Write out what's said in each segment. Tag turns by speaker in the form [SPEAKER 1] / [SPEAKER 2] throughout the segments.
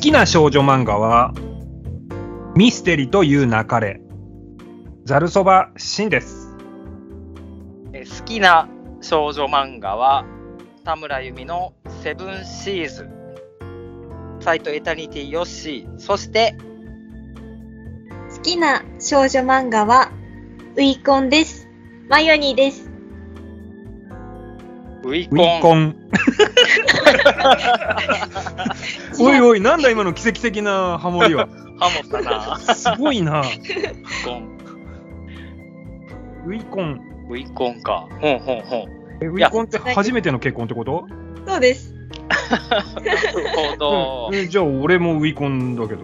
[SPEAKER 1] きな少女漫画は、ミステリというなかれ、ざるそばしんです。
[SPEAKER 2] えー好きな少女漫画は田村由美の「セブンシーズ」サイトエタニティヨッシーそして
[SPEAKER 3] 好きな少女漫画は、ウィコンです。マヨニーです。
[SPEAKER 2] ウィ
[SPEAKER 1] ウ
[SPEAKER 2] コン
[SPEAKER 1] ィコン。おい
[SPEAKER 3] い。
[SPEAKER 1] おい、なんだ今の奇跡的なハモリ は。
[SPEAKER 2] ハモかな
[SPEAKER 1] すごいな。
[SPEAKER 2] ウィコン
[SPEAKER 1] ウィコン。
[SPEAKER 2] ウィコンかほんほんほん
[SPEAKER 1] えウィコンって初めての結婚ってこと
[SPEAKER 3] そうです。
[SPEAKER 2] なるほど
[SPEAKER 1] うんえじゃあ俺もウィコンだけど。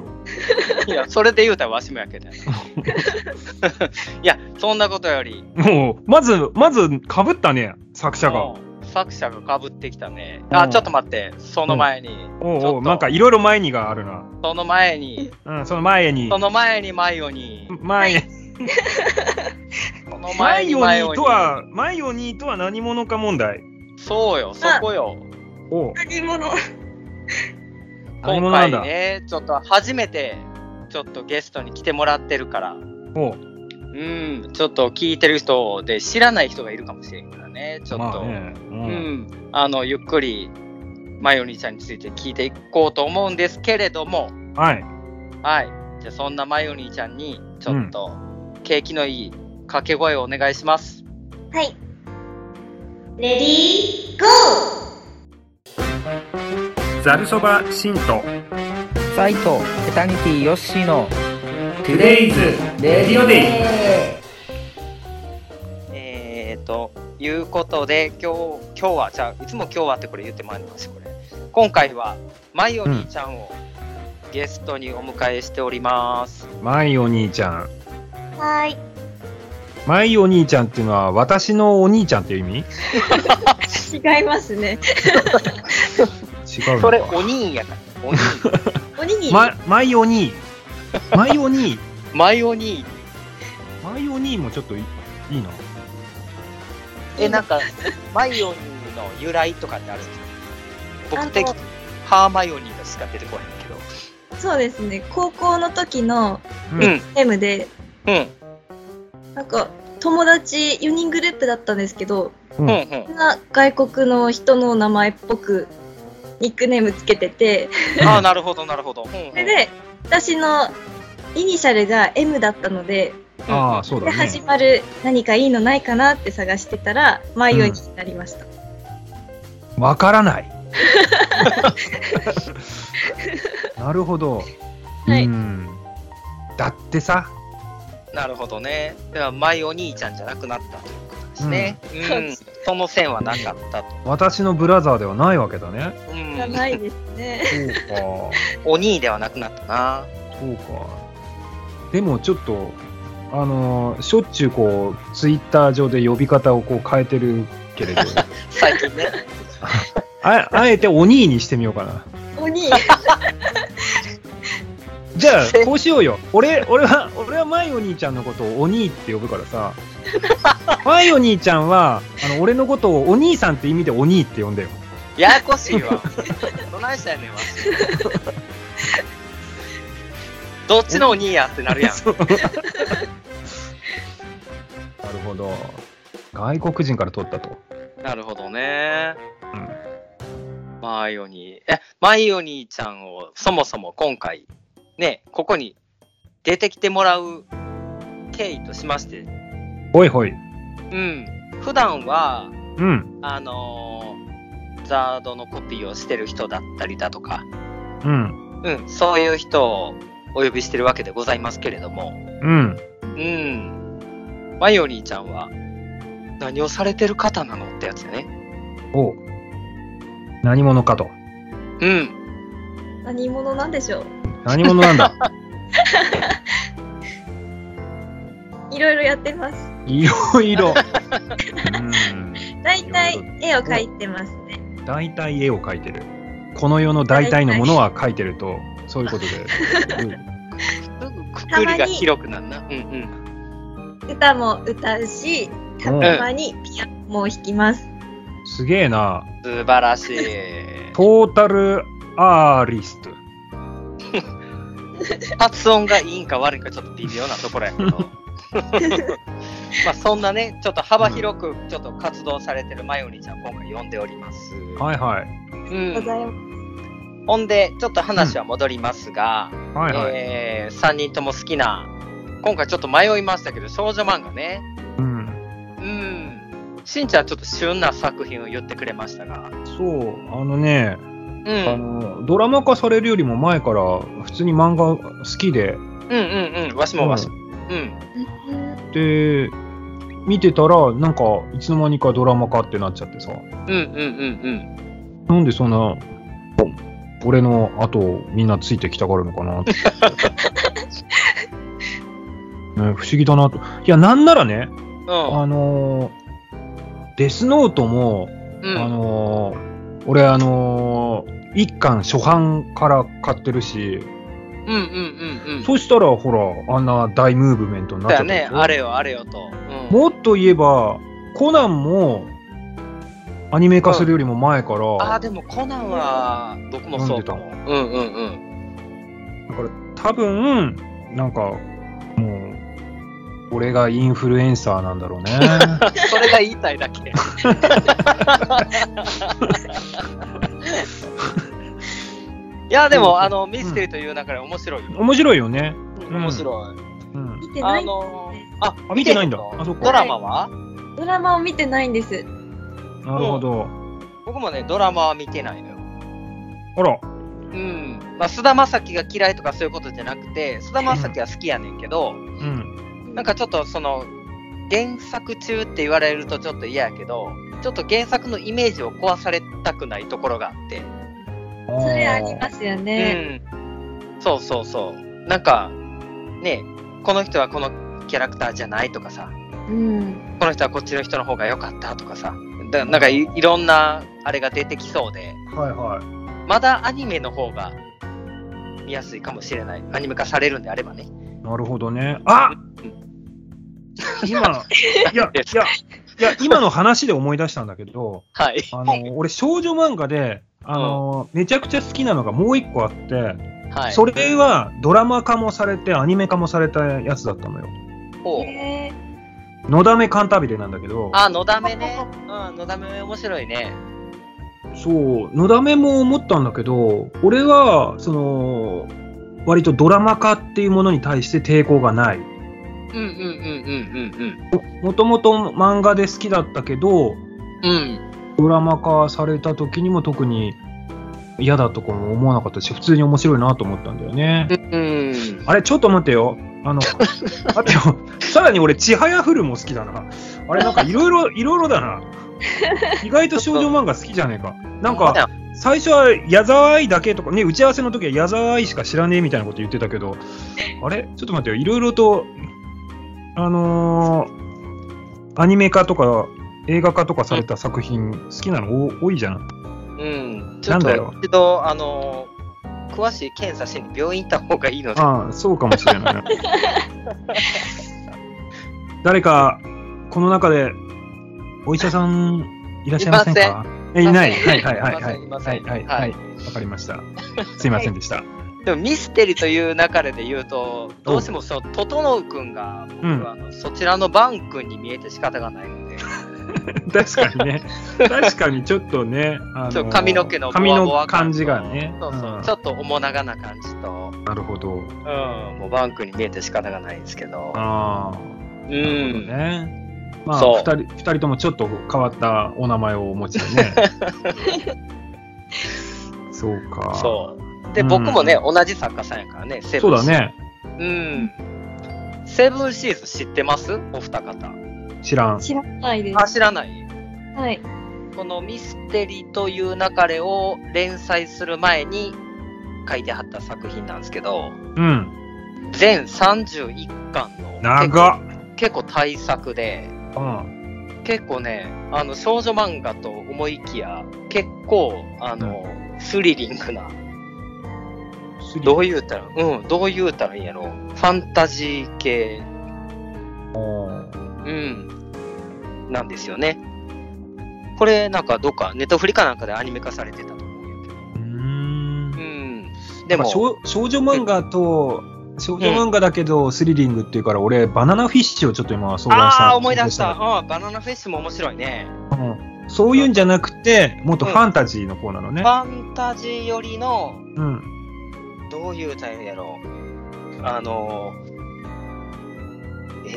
[SPEAKER 2] いやそれで言うたらわしもやけど やないやそんなことより
[SPEAKER 1] もう、まず、まず、かぶったね、作者が。
[SPEAKER 2] うん作者がかぶってきたね
[SPEAKER 1] う
[SPEAKER 2] あ
[SPEAKER 1] ん
[SPEAKER 2] ちょっと待ってその前に
[SPEAKER 1] おう
[SPEAKER 2] ちょ
[SPEAKER 1] お
[SPEAKER 2] っと
[SPEAKER 1] う、なんかいろいろ前にがあるな。
[SPEAKER 2] その前に
[SPEAKER 1] うん、その前に。
[SPEAKER 2] その前にマヨに
[SPEAKER 1] 前に。
[SPEAKER 2] その
[SPEAKER 1] マ
[SPEAKER 2] 前に
[SPEAKER 1] イオニ
[SPEAKER 2] マヨ
[SPEAKER 1] ー
[SPEAKER 2] に
[SPEAKER 1] とは、マイオニーとは何者か問題。
[SPEAKER 2] そうよそこよ
[SPEAKER 1] おう
[SPEAKER 3] 何者
[SPEAKER 1] 何
[SPEAKER 2] 今
[SPEAKER 1] 者なん
[SPEAKER 2] 回
[SPEAKER 1] だ。
[SPEAKER 2] ね、ちょっと初めてちょっとゲストに来てもらってるから、
[SPEAKER 1] おう
[SPEAKER 2] うん、ちょっと聞いてる人で知らない人がいるかもしれんからね、ちょっ
[SPEAKER 1] ま
[SPEAKER 2] と、
[SPEAKER 1] あねう
[SPEAKER 2] うんん、あのゆっくりマヨニーちゃんについて聞いていこうと思うんですけれども、
[SPEAKER 1] はい。
[SPEAKER 2] はい、じゃあそんなマヨニーちゃんにちょっと景気のいい掛け声をお願いします。
[SPEAKER 3] はい。レディーゴー
[SPEAKER 1] ザルそばシント。
[SPEAKER 4] サイトエタニティヨッシーの
[SPEAKER 5] Today's Radio Day.
[SPEAKER 2] えー、ということで今日今日はじゃあいつも今日はってこれ言ってまいりますこれ今回はマイオニーちゃんをゲストにお迎えしております、
[SPEAKER 1] マイお兄ちゃん。
[SPEAKER 3] はーい。
[SPEAKER 1] マイお兄ちゃんっていうのは、私のお兄ちゃんっていう意味
[SPEAKER 3] 違いますね。
[SPEAKER 1] 違う
[SPEAKER 2] そ
[SPEAKER 1] の
[SPEAKER 2] れ
[SPEAKER 1] か。
[SPEAKER 2] お兄やからお 兄
[SPEAKER 3] 鬼に、
[SPEAKER 1] ま、マイオニー。マイオニー。
[SPEAKER 2] マイオニー
[SPEAKER 1] マイオニーもちょっといいいな。
[SPEAKER 2] えなんかマイオニーの由来とかってあるんですか
[SPEAKER 3] あ
[SPEAKER 2] 僕
[SPEAKER 3] の
[SPEAKER 2] 的にハーマイオニーがしか出てこないんだけど
[SPEAKER 3] そうですね。高校の時の
[SPEAKER 1] うん
[SPEAKER 2] うん
[SPEAKER 3] ゲームで、
[SPEAKER 2] うん
[SPEAKER 3] なんか、友達4人グループだったんですけど、
[SPEAKER 1] うん
[SPEAKER 2] うんうん
[SPEAKER 3] みんな外国の人の名前っぽくニックネームつけてて、
[SPEAKER 2] ああなるほどなるほど、うんうん
[SPEAKER 3] それで、私のイニシャルが M だったので、
[SPEAKER 2] うんうん
[SPEAKER 1] ああ、そうだ
[SPEAKER 3] で
[SPEAKER 1] ね。
[SPEAKER 3] 始まる何かいいのないかなって探してたらマイオニーになりました、
[SPEAKER 1] わから ない。なるほど。
[SPEAKER 3] はい
[SPEAKER 1] うん。だってさ、
[SPEAKER 2] なるほどねではマイオニーちゃんじゃなくなったということですね、うんその線はなかったと
[SPEAKER 1] 私のブラザーではないわけだね。
[SPEAKER 2] うん
[SPEAKER 3] じゃないです ね
[SPEAKER 1] そうか。
[SPEAKER 2] 鬼ではなくなったな。
[SPEAKER 1] そうか。でもちょっと、あのーしょっちゅうこう、ツイッター上で呼び方をこう変えてるけ れど、
[SPEAKER 2] 最近ね。
[SPEAKER 1] ああえてお兄にしてみようかな。
[SPEAKER 3] 鬼
[SPEAKER 1] じゃあ、こうしようよ。俺、俺は、俺はマイお兄ちゃんのことをお兄って呼ぶからさ、マイお兄ちゃんは、あの俺のことをお兄さんって意味でお兄って呼んでよ。
[SPEAKER 2] ややこしいわ。どないしたやねんわ。どっちの鬼やってなるやん。
[SPEAKER 1] そう なるほど。外国人から取ったと。
[SPEAKER 2] なるほどね。
[SPEAKER 1] うん
[SPEAKER 2] マイオニー。え、マイオニーちゃんをそもそも今回、ね、ここに出てきてもらう経緯としまして、
[SPEAKER 1] ほいほい。
[SPEAKER 2] うん。普段は、
[SPEAKER 1] うん。
[SPEAKER 2] あのーザードのコピーをしてる人だったりだとか、
[SPEAKER 1] うん。
[SPEAKER 2] うん、そういう人をお呼びしてるわけでございますけれども、
[SPEAKER 1] うん。
[SPEAKER 2] うん。マヨニーちゃんは、何をされてる方なのってやつね。
[SPEAKER 1] おう何者かと。
[SPEAKER 2] うん。
[SPEAKER 3] 何者なんでしょう
[SPEAKER 1] 何者なん だ
[SPEAKER 3] いろいろやってます
[SPEAKER 1] いろい ろ。うん。
[SPEAKER 3] 大体絵を描いてますね
[SPEAKER 1] 大体絵を描いてる。この世の大体のものは描いてると、そういうこと で。うん
[SPEAKER 2] すぐくくりが広くなるな。うんうん。
[SPEAKER 3] 歌も歌うしたまにピアノも弾きます、
[SPEAKER 1] すげえな。
[SPEAKER 2] 素晴らしい。
[SPEAKER 1] トータルアーリスト。
[SPEAKER 2] 発音がいいんか悪いんかちょっと微妙なところやけどまあそんなねちょっと幅広くちょっと活動されてるマヨニーちゃん今回呼んでおります、
[SPEAKER 1] はいはい。
[SPEAKER 2] うん
[SPEAKER 3] ございま
[SPEAKER 2] ほんでちょっと話は戻りますが、
[SPEAKER 1] はいはい。
[SPEAKER 2] え3人とも好きな今回ちょっと迷いましたけど少女漫画ね
[SPEAKER 1] うん。
[SPEAKER 2] うんしんちゃんちょっと旬な作品を言ってくれましたが
[SPEAKER 1] そう、あのね、
[SPEAKER 2] うん
[SPEAKER 1] あの、ドラマ化されるよりも前から、普通に漫画好きで、
[SPEAKER 2] うんうんうんわしもわしもうん
[SPEAKER 3] す。
[SPEAKER 1] で、見てたら、なんか、いつの間にかドラマ化ってなっちゃってさ、
[SPEAKER 2] うんうんうん
[SPEAKER 1] なんでそんな、俺の後をみんなついてきたがるのかな って。ね、不思議だなと。いや、なんならね、
[SPEAKER 2] うん
[SPEAKER 1] あのーデスノートも、
[SPEAKER 2] うん
[SPEAKER 1] あのー俺あのー一巻初版から買ってるし、
[SPEAKER 2] うんうんうんうん
[SPEAKER 1] そしたらほらあんな大ムーブメントになっちゃ
[SPEAKER 2] だ
[SPEAKER 1] った
[SPEAKER 2] よ
[SPEAKER 1] でし
[SPEAKER 2] ね
[SPEAKER 1] ょ
[SPEAKER 2] あれよあれよと、うん
[SPEAKER 1] もっと言えばコナンもアニメ化するよりも前から、
[SPEAKER 2] あーでもコナンは僕もそうかもうんうんうん
[SPEAKER 1] だから多分なんかもう俺がインフルエンサーなんだろうね
[SPEAKER 2] それが言いたいだ けいやでもあのミステリーという中で面白いよ、
[SPEAKER 1] 面白いよね、ん
[SPEAKER 2] 面白い、
[SPEAKER 1] うん、
[SPEAKER 3] 見てな
[SPEAKER 2] あ
[SPEAKER 3] い、
[SPEAKER 2] のあ
[SPEAKER 1] あ見てないんだ
[SPEAKER 2] 見て
[SPEAKER 1] あそっか
[SPEAKER 2] ドラマは
[SPEAKER 3] ドラマを見てないんです。
[SPEAKER 1] なるほど
[SPEAKER 2] 僕もねドラマは見てないのよ
[SPEAKER 1] あら
[SPEAKER 2] うんまあ菅田将暉が嫌いとかそういうことじゃなくて菅田将暉は好きやねんけど、
[SPEAKER 1] うん
[SPEAKER 2] なんかちょっとその原作中って言われるとちょっと嫌やけどちょっと原作のイメージを壊されたくないところがあって、
[SPEAKER 3] それありますよね。
[SPEAKER 2] うんそうそうそうなんかねこの人はこのキャラクターじゃないとかさ
[SPEAKER 3] うん。
[SPEAKER 2] この人はこっちの人の方が良かったとかさだなんかいいろんなあれが出てきそうで
[SPEAKER 1] はいはい
[SPEAKER 2] まだアニメの方が見やすいかもしれないアニメ化されるんであればね
[SPEAKER 1] なるほどね。あ 今、いや、いや、いや、今の話で思い出したんだけど、
[SPEAKER 2] はい
[SPEAKER 1] あの、俺、少女漫画で、あの、めちゃくちゃ好きなのがもう一個あって、
[SPEAKER 2] はい
[SPEAKER 1] それはドラマ化もされて、アニメ化もされたやつだったのよ。
[SPEAKER 2] ほう
[SPEAKER 3] へー
[SPEAKER 1] のだめカンタビレなんだけど、
[SPEAKER 2] あのだめねうんのだめ面白いね
[SPEAKER 1] そう、のだめも思ったんだけど、俺は、その、割とドラマ化っていうものに対して抵抗がない。
[SPEAKER 2] うんうんうんうん
[SPEAKER 1] もともと漫画で好きだったけど、
[SPEAKER 2] うんうん。
[SPEAKER 1] ドラマ化された時にも特に嫌だとかも思わなかったし普通に面白いなと思ったんだよね。
[SPEAKER 2] うん。
[SPEAKER 1] あれちょっと待ってよ。あの、あってよ。さらに俺、ちはやふるも好きだな。あれなんかいろいろ、いろいろだな。意外と少女漫画好きじゃねえか。なんか、最初は矢沢愛だけとか、ね、打ち合わせの時は矢沢愛しか知らねえみたいなこと言ってたけど、あれちょっと待ってよ。いろいろと、あのーアニメ化とか映画化とかされた作品、好きなの多多いじゃん。
[SPEAKER 2] うん。ちょ
[SPEAKER 1] な
[SPEAKER 2] っ
[SPEAKER 1] んだ
[SPEAKER 2] と
[SPEAKER 1] よ
[SPEAKER 2] 一度、あのー、詳しい検査しに病院行った方がいいので。
[SPEAKER 1] ああ、そうかもしれ ないな。誰か、この中で、お医者さん、いらっしゃいませんかえ、いない。はいはいはいはい。
[SPEAKER 2] いませ
[SPEAKER 1] は
[SPEAKER 2] んいませ
[SPEAKER 1] い
[SPEAKER 2] ん
[SPEAKER 1] は
[SPEAKER 2] はいい
[SPEAKER 1] はい。わかりました。すいませんでした。
[SPEAKER 2] でもミステリという中でで言うと、どうしてもその、整君が、僕はあのそちらのバン君に見えて仕方がないので、
[SPEAKER 1] 確かにね。確かにちょっとね、あ
[SPEAKER 2] ちょっと髪の毛のボ
[SPEAKER 1] 髪
[SPEAKER 2] ワボ
[SPEAKER 1] の
[SPEAKER 2] ワ
[SPEAKER 1] 感
[SPEAKER 2] 感
[SPEAKER 1] じ
[SPEAKER 2] と
[SPEAKER 1] がね。
[SPEAKER 2] そうそう、
[SPEAKER 1] うん
[SPEAKER 2] ちょっと面長な感じと、
[SPEAKER 1] なるほど。
[SPEAKER 2] うん、もうバン君に見えて仕方がないんですけど、
[SPEAKER 1] ああ。
[SPEAKER 2] う
[SPEAKER 1] なるほど
[SPEAKER 2] ん、
[SPEAKER 1] ね。まあ、
[SPEAKER 2] そう
[SPEAKER 1] 二人二人ともちょっと変わったお名前をお持ちで ね。そうか。
[SPEAKER 2] そう。
[SPEAKER 1] う
[SPEAKER 2] で、
[SPEAKER 1] ん
[SPEAKER 2] 僕もね、同じ作家さんやからね、セ
[SPEAKER 1] そ
[SPEAKER 2] ブ
[SPEAKER 1] う
[SPEAKER 2] ン
[SPEAKER 1] だね。
[SPEAKER 2] うん。セブンシーズ知ってますお二方。
[SPEAKER 1] 知らん。
[SPEAKER 3] 知らないで
[SPEAKER 2] あ、
[SPEAKER 3] す。
[SPEAKER 2] 知らない
[SPEAKER 3] はい。
[SPEAKER 2] このミステリという流れを連載する前に書いてはった作品なんですけど、
[SPEAKER 1] うん。
[SPEAKER 2] 全31巻の結
[SPEAKER 1] 長っ
[SPEAKER 2] 構。結構大作で、
[SPEAKER 1] うん。
[SPEAKER 2] 結構ね、あの少女漫画と思いきや、結構、あの、スリリングな、
[SPEAKER 1] スリ
[SPEAKER 2] どう言うたら、うん、どう言うたらいいんやろ、ファンタジー系うん。なんですよね。これ、なんかどっか、ネットフリかなんかでアニメ化されてたと思うんやけど。
[SPEAKER 1] うーん
[SPEAKER 2] うん。でも、
[SPEAKER 1] まあ少少女漫画と、少女漫画だけどスリリングっていうから、俺、バナナフィッシュをちょっと今相談した。
[SPEAKER 2] ああー、思い出した。。うん、バナナフェスも面白いね。
[SPEAKER 1] うん、そういうんじゃなくて、もっとファンタジーの方なの
[SPEAKER 2] フ
[SPEAKER 1] ね。
[SPEAKER 2] ァンタジーよりの、
[SPEAKER 1] うん。
[SPEAKER 2] どういうタイムやろう。あの、え、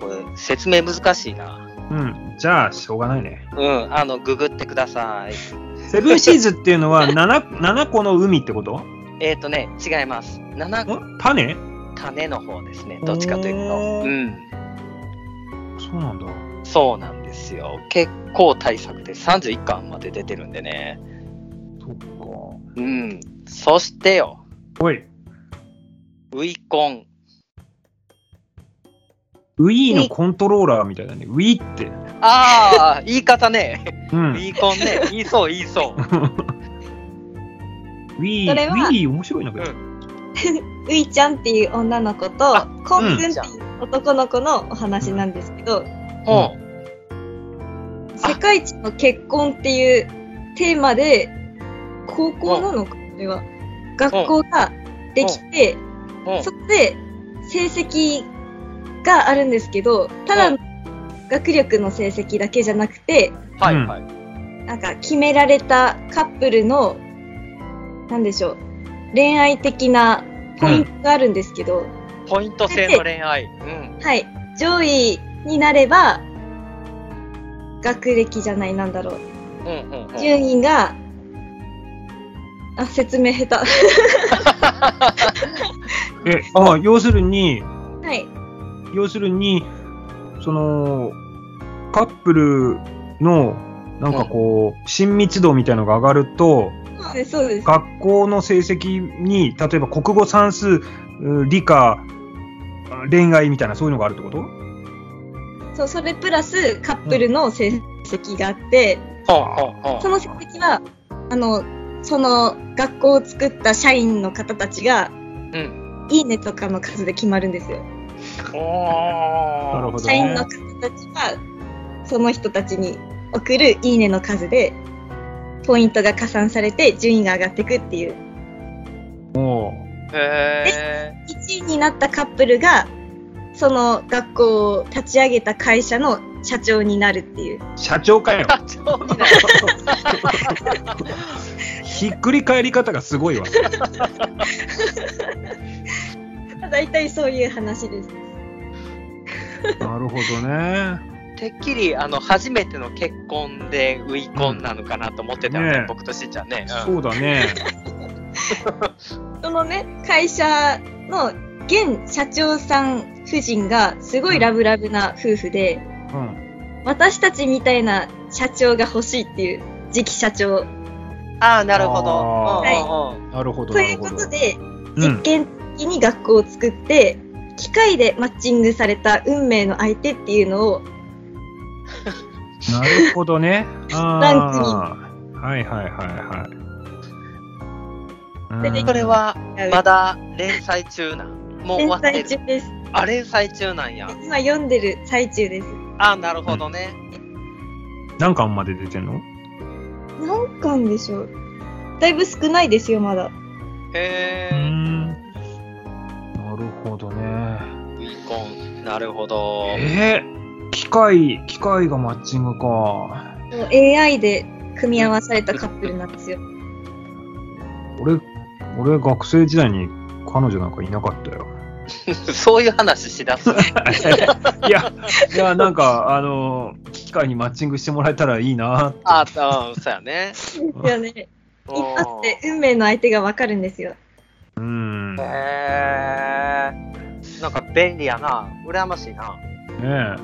[SPEAKER 2] これ、説明難しいな。
[SPEAKER 1] うん。じゃあ、しょうがないね。
[SPEAKER 2] うん、あの、ググってください。
[SPEAKER 1] セブンシーズっていうの は 7, 7個の海ってこと
[SPEAKER 2] えっ、ー、とね、違います。7個
[SPEAKER 1] ん種
[SPEAKER 2] 種の方ですね。どっちかというと。
[SPEAKER 1] お
[SPEAKER 2] う
[SPEAKER 1] ー
[SPEAKER 2] ん。
[SPEAKER 1] そうなんだ。
[SPEAKER 2] そうなんですよ。結構大作で31巻まで出てるんでね。
[SPEAKER 1] そっか。
[SPEAKER 2] うん。そしてよ、
[SPEAKER 1] おい、
[SPEAKER 2] ウィコン。
[SPEAKER 1] ウィーのコントローラーみたいだね。ウィーって。
[SPEAKER 2] ああ、言い方ね。
[SPEAKER 1] う
[SPEAKER 2] ウ
[SPEAKER 1] ん。ウィ
[SPEAKER 2] ィコンね。 言いそう、言いそう。
[SPEAKER 1] ー、
[SPEAKER 3] それ
[SPEAKER 1] ウ
[SPEAKER 3] は
[SPEAKER 1] ィー面白いんだけど。
[SPEAKER 3] ういちゃんっていう女の子と
[SPEAKER 2] あ、
[SPEAKER 3] こんくんっていう男の子のお話なんですけど、
[SPEAKER 2] うん。
[SPEAKER 3] 世界一の結婚っていうテーマで、高校なのか、これは。学校ができて、
[SPEAKER 2] うん
[SPEAKER 3] そこで成績があるんですけど、ただの学力の成績だけじゃなくて、
[SPEAKER 2] はいはい。
[SPEAKER 3] なんか決められたカップルの、なんでしょう、恋愛的なポイントがあるんですけど、
[SPEAKER 2] ポイント制の恋愛。うん。
[SPEAKER 3] はい、上位になれば、学歴じゃない、なんだろう、
[SPEAKER 2] うんうんうん。
[SPEAKER 3] 順位が、あ、説明下手。
[SPEAKER 1] え、あ、要するに、
[SPEAKER 3] はい、
[SPEAKER 1] 要するに、その、カップルの、なんかこう、親密度みたいのが上がると、
[SPEAKER 3] そうです、そうです。
[SPEAKER 1] 学校の成績に例えば国語算数うん理科あ恋愛みたいなそういうのがあるってこと
[SPEAKER 3] そう、それプラスカップルの成績があって、
[SPEAKER 2] うんうんうん
[SPEAKER 3] その成績は、あの、その学校を作った社員の方たちが、
[SPEAKER 2] うん。
[SPEAKER 3] いいねとかの数で決まるんですよ。
[SPEAKER 1] なる
[SPEAKER 2] お
[SPEAKER 1] ほ
[SPEAKER 2] ー。
[SPEAKER 1] ど
[SPEAKER 3] 社員の
[SPEAKER 1] ね
[SPEAKER 3] 方たちはその人たちに送る「いいね」の数でポイントが加算されて順位が上がっていくっていう
[SPEAKER 1] おう
[SPEAKER 2] へ
[SPEAKER 3] 1位になったカップルがその学校を立ち上げた会社の社長になるっていう
[SPEAKER 1] 社長か よ
[SPEAKER 2] ー。社長みたい
[SPEAKER 1] ひっくり返り方がすごいわ
[SPEAKER 3] 大体そういう話です
[SPEAKER 1] なるほどね
[SPEAKER 2] なてっきりあの初めての結婚でウィコンなのかなと思ってたよね、
[SPEAKER 1] ねえ
[SPEAKER 2] 僕としんちゃんね。うん
[SPEAKER 1] そうだね
[SPEAKER 3] そのね会社の現社長さん夫人がすごいラブラブな夫婦で
[SPEAKER 1] うん
[SPEAKER 3] 私たちみたいな社長が欲しいっていう次期社長
[SPEAKER 2] ああ、なるほど。
[SPEAKER 1] あ
[SPEAKER 3] ー
[SPEAKER 2] うんうんうん
[SPEAKER 1] なるほど
[SPEAKER 3] と
[SPEAKER 1] ないるほ
[SPEAKER 3] うこ
[SPEAKER 1] ど
[SPEAKER 3] とで
[SPEAKER 1] う
[SPEAKER 3] 実
[SPEAKER 1] ん
[SPEAKER 3] 験的に学校を作って、機械でマッチングされた運命の相手っていうのを
[SPEAKER 1] なるほどね
[SPEAKER 3] ラ
[SPEAKER 1] あーはいはいはいはいうん
[SPEAKER 2] それはまだ連載中なん。もう終
[SPEAKER 3] 連
[SPEAKER 2] わって
[SPEAKER 3] 載
[SPEAKER 2] る。
[SPEAKER 3] 中です
[SPEAKER 2] あ、連載中なんや。
[SPEAKER 3] 今読んでる最中です
[SPEAKER 2] あーなるほどね。
[SPEAKER 1] 何巻まで出てんの
[SPEAKER 3] 何巻でしょうだいぶ少ないですよまだ
[SPEAKER 2] へ
[SPEAKER 1] うー
[SPEAKER 2] え。
[SPEAKER 1] んなるほどね
[SPEAKER 2] ウィコン。なるほど。
[SPEAKER 1] えー、機械機械がマッチングか
[SPEAKER 3] もう AI で組み合わされたカップルなんですよ
[SPEAKER 1] 俺俺学生時代に彼女なんかいなかった よ
[SPEAKER 2] そういう話し だす。
[SPEAKER 1] いやいやなんかあの機械にマッチングしてもらえたらいいな
[SPEAKER 2] あー、うん、そうや ね。
[SPEAKER 3] ですよね一発で運命の相手がわかるんですよ
[SPEAKER 1] うんね
[SPEAKER 2] へえ。なんか便利やな。羨ましいな。
[SPEAKER 1] え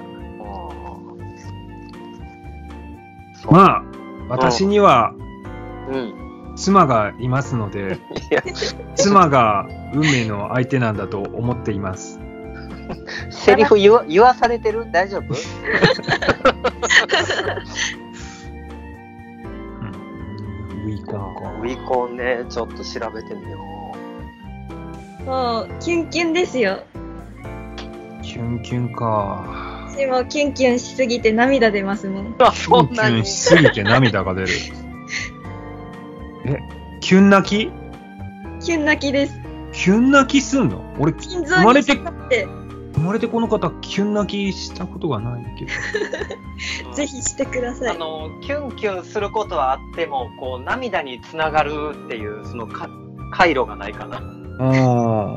[SPEAKER 1] まあ私には
[SPEAKER 2] うん。
[SPEAKER 1] 妻がいますので
[SPEAKER 2] いや、
[SPEAKER 1] 妻が運命の相手なんだと思っています
[SPEAKER 2] セリフ言わ言わされてる大丈夫
[SPEAKER 1] うんウィーコンか
[SPEAKER 2] ウィコンね、ちょっと調べてみよう。
[SPEAKER 3] もうキュンキュンですよ
[SPEAKER 1] キュンキュンか
[SPEAKER 3] 私もキュンキュンしすぎて涙出ますもん
[SPEAKER 2] あ、
[SPEAKER 1] キュ
[SPEAKER 2] そ
[SPEAKER 1] ン
[SPEAKER 2] ん
[SPEAKER 1] キ
[SPEAKER 2] な
[SPEAKER 1] ュ
[SPEAKER 2] に
[SPEAKER 1] ンし。すぎて涙が出る。え、キュン泣き
[SPEAKER 3] キュン泣きです。
[SPEAKER 1] キュン泣きすんの俺、
[SPEAKER 3] 心
[SPEAKER 1] 生
[SPEAKER 3] 臓
[SPEAKER 1] ま
[SPEAKER 3] に
[SPEAKER 1] れて
[SPEAKER 3] 刺さって、
[SPEAKER 1] 生まれてこの方、キュン泣きしたことがないけど。
[SPEAKER 3] ぜひしてくださ
[SPEAKER 2] あ
[SPEAKER 3] い。
[SPEAKER 2] のキュンキュンすることはあってもこう涙につながるっていうそのか回路がないかな、
[SPEAKER 1] うん。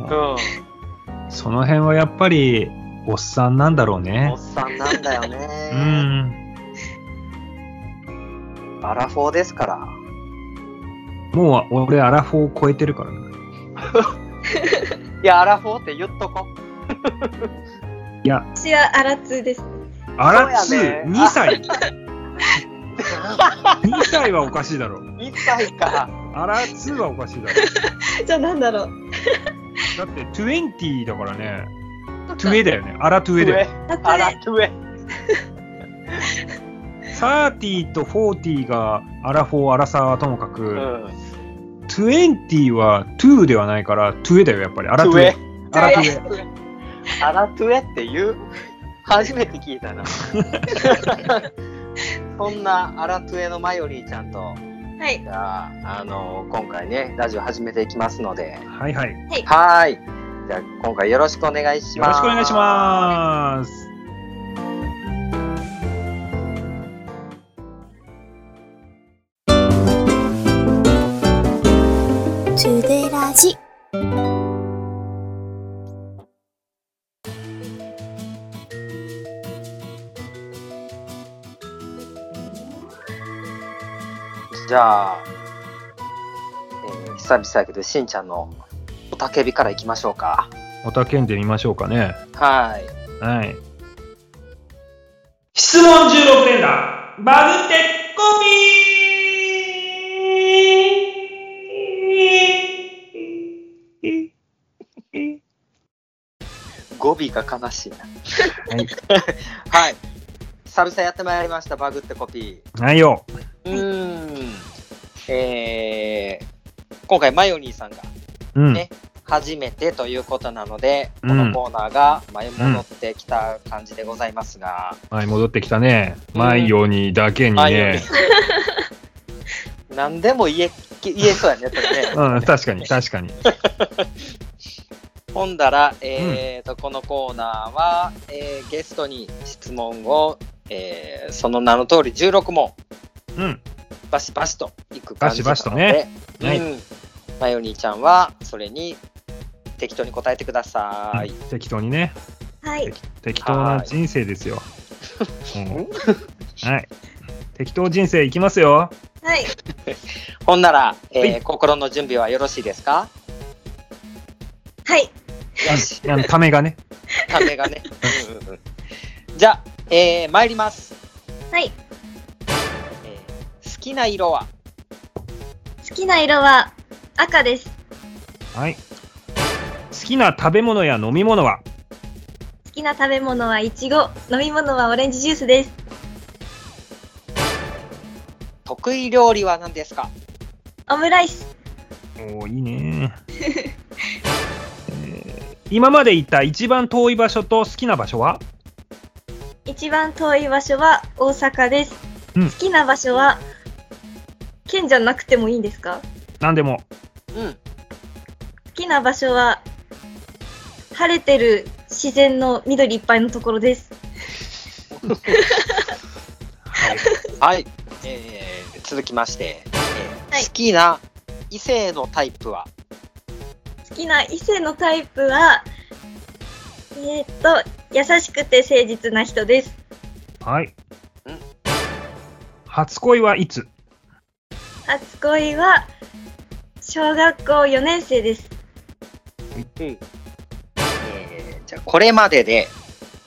[SPEAKER 2] う
[SPEAKER 1] その辺はやっぱり、おっさんなんだろうね
[SPEAKER 2] おっ。さんなんだよ
[SPEAKER 1] う
[SPEAKER 2] ね、
[SPEAKER 1] ん。
[SPEAKER 2] アラフォーですから
[SPEAKER 1] もう、俺、アラフォーを超えてるからね。
[SPEAKER 2] いやアラフォーって言っとこ
[SPEAKER 1] いや、
[SPEAKER 3] 私はアラツーです。
[SPEAKER 1] アラツ
[SPEAKER 2] そうやね
[SPEAKER 1] ー、2歳。2歳はおかしいだろ。
[SPEAKER 2] 1歳か
[SPEAKER 1] アラツーはおかしいだろ。
[SPEAKER 3] じゃあなんだろう。
[SPEAKER 1] だって、20だからね。
[SPEAKER 3] そっか
[SPEAKER 1] トゥエだよね。アラトゥエだよ。
[SPEAKER 3] アラ
[SPEAKER 2] ア
[SPEAKER 3] ツ
[SPEAKER 2] ラトゥエ
[SPEAKER 1] 30と40がアラフォー、アラサーはともかく、
[SPEAKER 2] うん
[SPEAKER 1] 20は2ではないから、トゥエだよ、やっぱり。アラトゥエ。
[SPEAKER 3] ト
[SPEAKER 1] アラ
[SPEAKER 3] ゥエ
[SPEAKER 1] トゥエ。
[SPEAKER 2] アラトゥエって言う初めて聞いたな そんなアラトゥエのマヨリーちゃんと
[SPEAKER 3] ーはい
[SPEAKER 2] じ。ゃあ、あの今回ね、ラジオ始めていきますので、
[SPEAKER 1] はいはい。よ
[SPEAKER 2] はーい。じゃあ、今回よろしくお願いします。
[SPEAKER 1] ろしくお願いします。
[SPEAKER 6] トゥデラジ
[SPEAKER 2] す。じゃあ、えー久々やけど、しんちゃんのおたけびからいきましょうか。
[SPEAKER 1] おたけんでみましょうかね。
[SPEAKER 2] は
[SPEAKER 1] はい。質問16連打バグテコミ
[SPEAKER 2] ーい。語尾が悲しいな。
[SPEAKER 1] はい。
[SPEAKER 2] はい。久々やってまいりました、バグってコピ
[SPEAKER 1] はいよ。
[SPEAKER 2] ー。うーん。えー、今回、マヨニーさんが
[SPEAKER 1] うん。
[SPEAKER 2] ね初めてということなので、
[SPEAKER 1] うん
[SPEAKER 2] このコーナーが前戻ってきた感じでございますが、
[SPEAKER 1] はい、戻ってきたね。前ようにだけに
[SPEAKER 2] ああいう
[SPEAKER 1] ね。
[SPEAKER 2] に 何でも言え言えそうやね、これね。
[SPEAKER 1] うん、確かに、確かに。
[SPEAKER 2] ほんだら、えーとこのコーナーは、えーゲストに質問を、えーその名の通り16問
[SPEAKER 1] うん。
[SPEAKER 2] バシバシといく感じなので
[SPEAKER 1] バシバシとね、はい
[SPEAKER 2] うんマヨニーちゃんはそれに適当に答えてください。
[SPEAKER 1] 適当にね。
[SPEAKER 3] はい。
[SPEAKER 1] 適当な人生ですよ。もうはい。適当人生いきますよ。
[SPEAKER 3] はい。
[SPEAKER 2] ほんなら、えー
[SPEAKER 1] は
[SPEAKER 2] 心の準備はよろしいです か
[SPEAKER 3] はい。
[SPEAKER 2] よし。
[SPEAKER 1] あのためがね。
[SPEAKER 2] ためがね。うんうんうんじゃあ、えー、参ります、
[SPEAKER 3] はい。
[SPEAKER 2] えー好きな色は
[SPEAKER 3] 好きな色は赤です。
[SPEAKER 1] はい。好きな食べ物や飲み物は
[SPEAKER 3] 好きな食べ物はイチゴ、飲み物はオレンジジュースです。
[SPEAKER 2] 得意料理は何ですか
[SPEAKER 3] オムライス。
[SPEAKER 1] おおいいね、えー今まで行った一番遠い場所と好きな場所は
[SPEAKER 3] 一番遠い場所は大阪です。
[SPEAKER 1] うん
[SPEAKER 3] 好きな場所は県じゃなくてもいいんですか
[SPEAKER 1] 何でも。
[SPEAKER 2] うん。
[SPEAKER 3] 好きな場所は晴れてる自然の緑いっぱいのところです。
[SPEAKER 1] はい。
[SPEAKER 2] はい、えー、続きまして、えー
[SPEAKER 3] はい
[SPEAKER 2] 好きな異性のタイプは
[SPEAKER 3] 好きな異性のタイプはえー、っと優しくて誠実な人です。
[SPEAKER 1] はい
[SPEAKER 2] うん。
[SPEAKER 1] 初恋はいつ
[SPEAKER 3] 初恋は小学校4年生です。
[SPEAKER 2] えーじゃあこれまでで、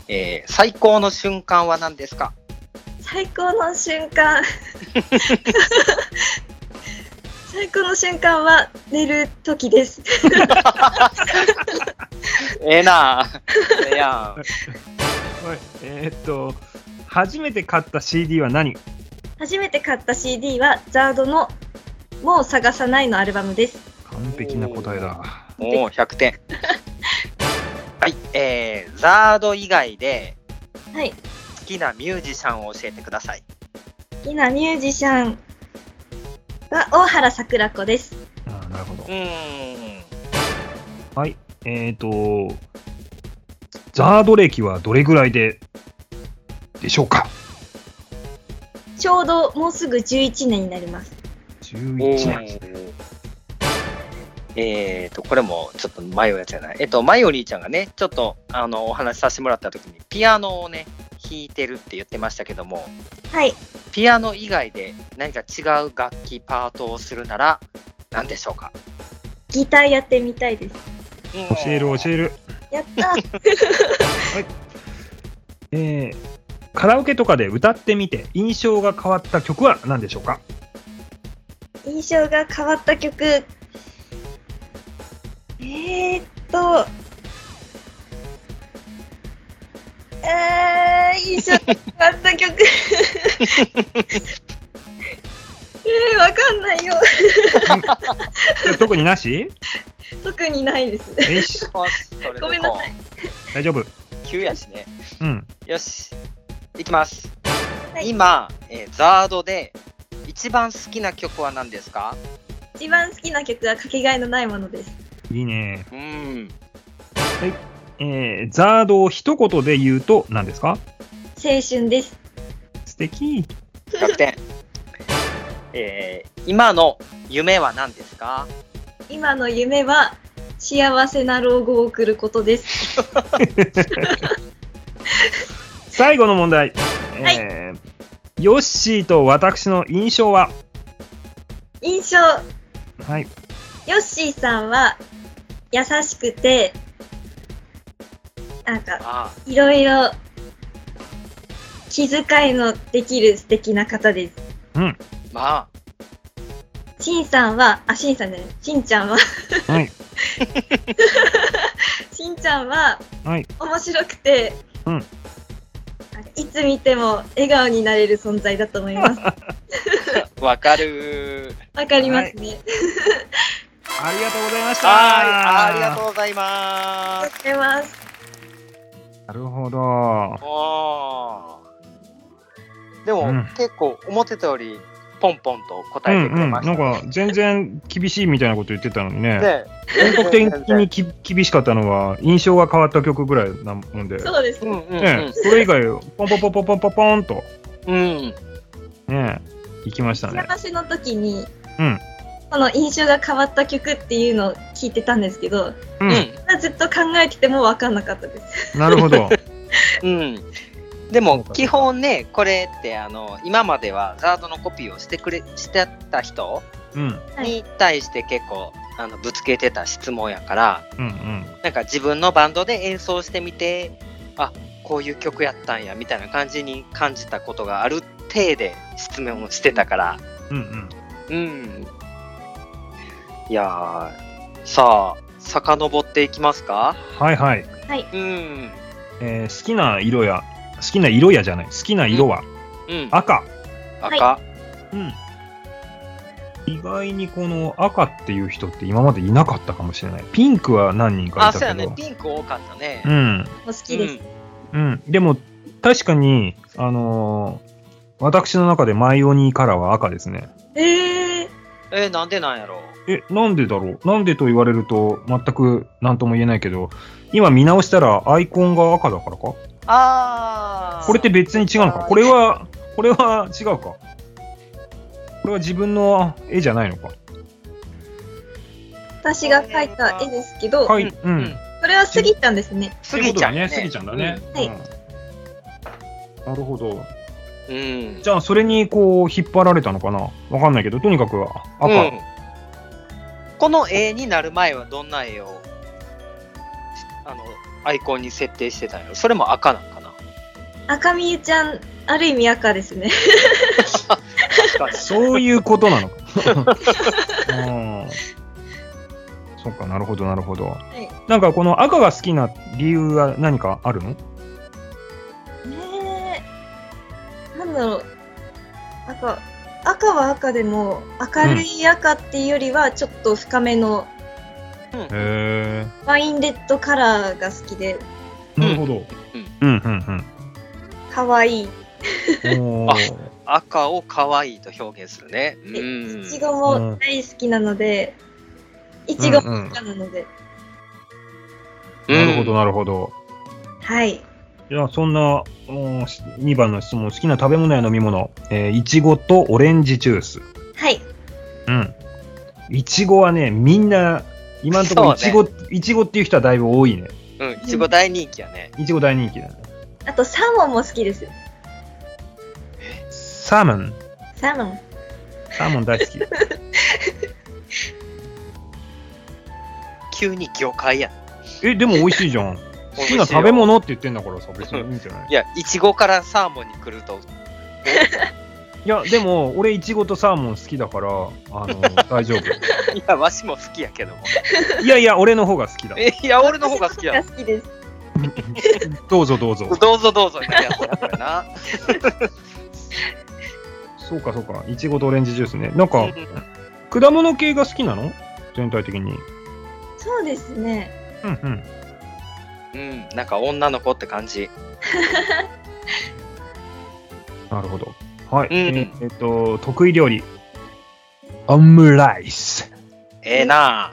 [SPEAKER 2] えー最高の瞬間は何ですか
[SPEAKER 3] 最高の瞬間最高の瞬間は寝る時です
[SPEAKER 2] ええなあええやん
[SPEAKER 1] はい。えーっと、初めて買った CD は何
[SPEAKER 3] 初めて買った CD はザードの「もう探さない」のアルバムです
[SPEAKER 1] 完璧な答えだ。
[SPEAKER 2] もう100点はいえー、ザード以外で
[SPEAKER 3] はい
[SPEAKER 2] 好きなミュージシャンを教えてください
[SPEAKER 3] 好きなミュージシャンは大原さくら子です
[SPEAKER 1] あーなるほど
[SPEAKER 2] う。ーん
[SPEAKER 1] えっ、と、ザード歴はどれぐらいで、でしょうか
[SPEAKER 3] ちょうどもうすぐ11年になります。
[SPEAKER 1] ?11 年。
[SPEAKER 2] えっ、と、これもちょっと迷うやつやない。えっ、と、マヨリーちゃんがね、ちょっとあのお話しさせてもらった時に、ピアノをね、弾いてるって言ってましたけども、
[SPEAKER 3] はい。
[SPEAKER 2] ピアノ以外で何か違う楽器パートをするなら何でしょうか
[SPEAKER 3] ギターやってみたいです。
[SPEAKER 1] 教える教える。
[SPEAKER 3] やったー
[SPEAKER 1] えー、カラオケとかで歌ってみて印象が変わった曲は何でしょうか
[SPEAKER 3] 印象が変わった曲。えー、っと。えー、印象が変わった曲。えー、わかんないよ。
[SPEAKER 1] 特になし
[SPEAKER 3] 特にないです。
[SPEAKER 1] えいし
[SPEAKER 2] る
[SPEAKER 3] ごめんなさい。
[SPEAKER 1] 大丈夫。
[SPEAKER 2] 急やしね
[SPEAKER 1] うん。
[SPEAKER 2] よしいきます、
[SPEAKER 3] はい
[SPEAKER 2] 今、えーザードで一番好きな曲は何ですか
[SPEAKER 3] 一番好きな曲はかけがえのないものです。
[SPEAKER 1] いいね。
[SPEAKER 2] うん
[SPEAKER 1] えー、ザードを一言で言うと何ですか
[SPEAKER 3] 青春です。
[SPEAKER 1] 素敵。
[SPEAKER 2] 100点 えー今の夢は何ですか
[SPEAKER 3] 今の夢は幸せな老後を送ることです。
[SPEAKER 1] 最後の問題。えー、ヨッシーと私の印象は
[SPEAKER 3] 印象、
[SPEAKER 1] はい。
[SPEAKER 3] ヨッシーさんは優しくて、なんか
[SPEAKER 2] あ
[SPEAKER 3] いろいろ気遣いのできる素敵な方です。
[SPEAKER 2] あま
[SPEAKER 3] しんさんは、あ、しんさんじゃない、しんちゃんは、
[SPEAKER 1] はい。
[SPEAKER 3] しんちゃんは
[SPEAKER 1] はい。
[SPEAKER 3] 面白くて、
[SPEAKER 1] うん
[SPEAKER 3] なんかいつ見ても笑顔になれる存在だと思い ます。わ
[SPEAKER 2] あわかる
[SPEAKER 3] かりますね。
[SPEAKER 1] ありがとうございました。
[SPEAKER 2] はいありがとうございま
[SPEAKER 3] ありが
[SPEAKER 2] す
[SPEAKER 3] とうございます。
[SPEAKER 1] う。なるほど。
[SPEAKER 2] あーでも、
[SPEAKER 1] うん
[SPEAKER 2] 結構思ってたよりポンポンと
[SPEAKER 1] う
[SPEAKER 2] 答え
[SPEAKER 1] ん
[SPEAKER 2] てくれ
[SPEAKER 1] うん。な
[SPEAKER 2] ま
[SPEAKER 1] ん
[SPEAKER 2] した、
[SPEAKER 1] か全然厳しいみたいなこと言ってたのにね。
[SPEAKER 2] ね
[SPEAKER 1] 全国的にき厳しかったのは印象が変わった曲ぐらいなもんで、
[SPEAKER 3] そうです
[SPEAKER 2] う
[SPEAKER 3] ね。
[SPEAKER 2] んうん
[SPEAKER 1] ね、それ以外ポンポンポンポンポンポンポンと
[SPEAKER 2] うん、うん、
[SPEAKER 1] ね行きましたね。
[SPEAKER 3] 幸せの時に、
[SPEAKER 1] うん
[SPEAKER 3] この印象が変わった曲っていうのを聞いてたんですけど、
[SPEAKER 1] う、
[SPEAKER 2] うんん
[SPEAKER 3] ずっと考えてても分かんなかったです。
[SPEAKER 1] なるほど。
[SPEAKER 2] うんでも基本ねこれってあの今まではザードのコピーをしてくれしてた人
[SPEAKER 1] うんうん
[SPEAKER 2] に対して結構あのぶつけてた質問やから
[SPEAKER 1] うん。
[SPEAKER 2] なんか自分のバンドで演奏してみてあこういう曲やったんやみたいな感じに感じたことがある体で質問をしてたから
[SPEAKER 1] うんうん。
[SPEAKER 2] うんいやーさあ遡っていきますか
[SPEAKER 1] はいはい。
[SPEAKER 2] うん
[SPEAKER 1] えー好きな色や好きな色やじゃない。好きな色は
[SPEAKER 2] うん
[SPEAKER 1] 赤。
[SPEAKER 2] 赤、
[SPEAKER 1] うん。意外にこの赤っていう人って今までいなかったかもしれない。ピンクは何人か
[SPEAKER 2] あ
[SPEAKER 1] い
[SPEAKER 2] そうや
[SPEAKER 1] たけ
[SPEAKER 2] ね
[SPEAKER 1] ど。
[SPEAKER 2] ピンク多かったね
[SPEAKER 1] うん。
[SPEAKER 3] お好きです。
[SPEAKER 1] うん、でも確かに、あのー私の中でマイオニーカラーは赤ですね。
[SPEAKER 3] えー、
[SPEAKER 2] えーなんでなんやろ
[SPEAKER 1] え、なんでだろうなんでと言われると全く何とも言えないけど、今見直したらアイコンが赤だからか
[SPEAKER 2] ああ
[SPEAKER 1] これって別に違うのかこれは、これは違うかこれは自分の絵じゃないのか
[SPEAKER 3] 私が描いた絵ですけど、
[SPEAKER 1] は
[SPEAKER 3] こ
[SPEAKER 1] い、
[SPEAKER 2] う
[SPEAKER 1] うんん。
[SPEAKER 2] うん
[SPEAKER 3] れは過ぎたんですね。
[SPEAKER 2] スギちゃん
[SPEAKER 1] ってことだね、スギちゃんだね。
[SPEAKER 3] はい
[SPEAKER 1] うんなるほど。
[SPEAKER 2] うん
[SPEAKER 1] じゃあ、それにこう、引っ張られたのかなわかんないけど、とにかく赤。
[SPEAKER 2] うんこの絵になる前はどんな絵をあのアイコンに設定してたんやろそれも赤なんかな
[SPEAKER 3] 赤みゆちゃん、ある意味赤ですね。
[SPEAKER 2] 確かに
[SPEAKER 1] そういうことなのか。うんそっか、なるほど、なるほど。
[SPEAKER 3] い
[SPEAKER 1] なんかこの赤が好きな理由は何かあるの
[SPEAKER 3] ねえ、なんだろう。なんか、赤は赤でも、明るい赤っていうよりは、ちょっと深めの、
[SPEAKER 1] へ
[SPEAKER 3] ワインレッドカラーが好きで、
[SPEAKER 1] え。なるほど。うん、うん、
[SPEAKER 3] 可愛い。
[SPEAKER 1] うん。おー
[SPEAKER 2] 赤を可愛いと表現するねう
[SPEAKER 3] いち
[SPEAKER 2] ん
[SPEAKER 3] ごも大好きなので、いちごも赤なので、
[SPEAKER 1] なるほど、なるほど。
[SPEAKER 3] はい。
[SPEAKER 1] いや、そんな、うんし2番の質問、好きな食べ物や飲み物、えー、いちごとオレンジジュース。
[SPEAKER 3] はい。
[SPEAKER 1] うん。いちごはね、みんな、今のところいち
[SPEAKER 2] そ
[SPEAKER 1] ご、いちごっていう人はだいぶ多いね。
[SPEAKER 2] うん、いちご大人気やね。
[SPEAKER 1] いちご大人気だね。
[SPEAKER 3] あと、サーモンも好きです。
[SPEAKER 1] サーモン。
[SPEAKER 3] サーモン。
[SPEAKER 1] サーモン大好き。
[SPEAKER 2] 急に魚介や。
[SPEAKER 1] え、でも 美味しいじゃん。好きな食べ物って言ってんだからさ、別にいいんじゃない
[SPEAKER 2] いや、いちごからサーモンに来ると、
[SPEAKER 1] いや、でも、俺、いちごとサーモン好きだから、あ の、大丈夫。
[SPEAKER 2] いや、わしも好きやけども。
[SPEAKER 1] いやいや、俺の方が好きだ。
[SPEAKER 2] いや、俺の方が好きや。
[SPEAKER 3] 好きです。
[SPEAKER 1] どうぞどうぞ。
[SPEAKER 2] どうぞどうぞみたいなやつやこ れな。
[SPEAKER 1] そうか、そうか。いちごとオレンジジュースね。なんか、果物系が好きなの全体的に。
[SPEAKER 3] そうですね。
[SPEAKER 1] うんうん。
[SPEAKER 2] うん、なんか女の子って感じ。
[SPEAKER 1] なるほど。はい。
[SPEAKER 2] うん
[SPEAKER 1] えーえっと、得意料理。オムライス。
[SPEAKER 2] ええなあ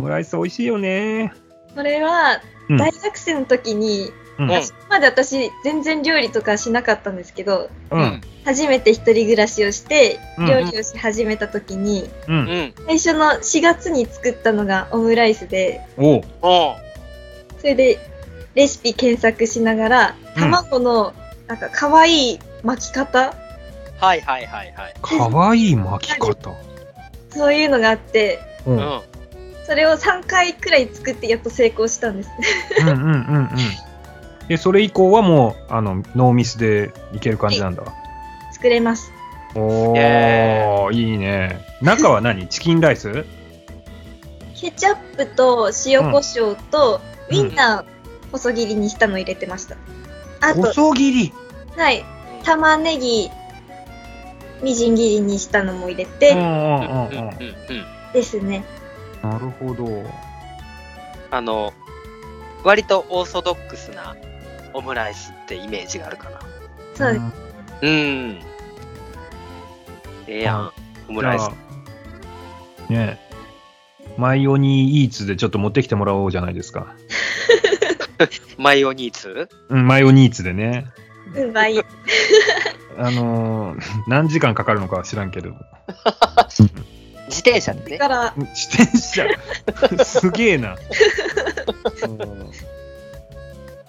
[SPEAKER 1] オムライス美味しいよね。
[SPEAKER 3] それは
[SPEAKER 1] うん、
[SPEAKER 3] 大学生の時に、
[SPEAKER 1] うん。
[SPEAKER 2] うん
[SPEAKER 3] それまで私、全然料理とかしなかったんですけど、
[SPEAKER 1] うん。
[SPEAKER 3] 初めて一人暮らしをして、
[SPEAKER 1] うん
[SPEAKER 3] 料理をし始めた時に、
[SPEAKER 1] う。
[SPEAKER 2] うんん。
[SPEAKER 3] 最初の4月に作ったのがオムライスで、
[SPEAKER 1] おう。
[SPEAKER 2] おう
[SPEAKER 3] それでレシピ検索しながら、
[SPEAKER 1] うん
[SPEAKER 3] 卵のなんか可愛い巻き方、
[SPEAKER 2] はいはいはいはい。
[SPEAKER 1] かわいい巻き方。
[SPEAKER 3] そういうのがあって、
[SPEAKER 1] うん。
[SPEAKER 2] う
[SPEAKER 1] うん
[SPEAKER 2] ん。
[SPEAKER 3] それを3回くらい作ってやっと成功した んです。
[SPEAKER 1] うんうんうん。で、それ以降はもう、あの、ノーミスでいける感じなんだ。
[SPEAKER 3] 作れます。
[SPEAKER 1] おー、いいね。中は何チキンライス
[SPEAKER 3] ケチャップと塩コショウと、
[SPEAKER 1] うん
[SPEAKER 3] ウインナー細切りにしたの入れてました。あと、
[SPEAKER 1] 細切り。
[SPEAKER 3] はい、玉ねぎみじん切りにしたのも入れて、
[SPEAKER 1] うんうんうん
[SPEAKER 2] うん
[SPEAKER 1] う
[SPEAKER 2] うんん。うん。
[SPEAKER 3] ですね。
[SPEAKER 1] なるほど。
[SPEAKER 2] あの、割とオーソドックスなオムライスってイメージがあるかな。
[SPEAKER 3] そうです。
[SPEAKER 2] うん。ええやん、オムライス。
[SPEAKER 1] じゃあねえマイオニーイーツでちょっと持ってきてもらおうじゃないですか。
[SPEAKER 2] マヨニーツ
[SPEAKER 1] うん、マイオニーツでね。
[SPEAKER 3] うん、まい。
[SPEAKER 1] あのー何時間かかるのかは知らんけど。
[SPEAKER 2] 自転車で
[SPEAKER 3] だ
[SPEAKER 2] ね。
[SPEAKER 3] から、
[SPEAKER 1] 自転車すげえな。うん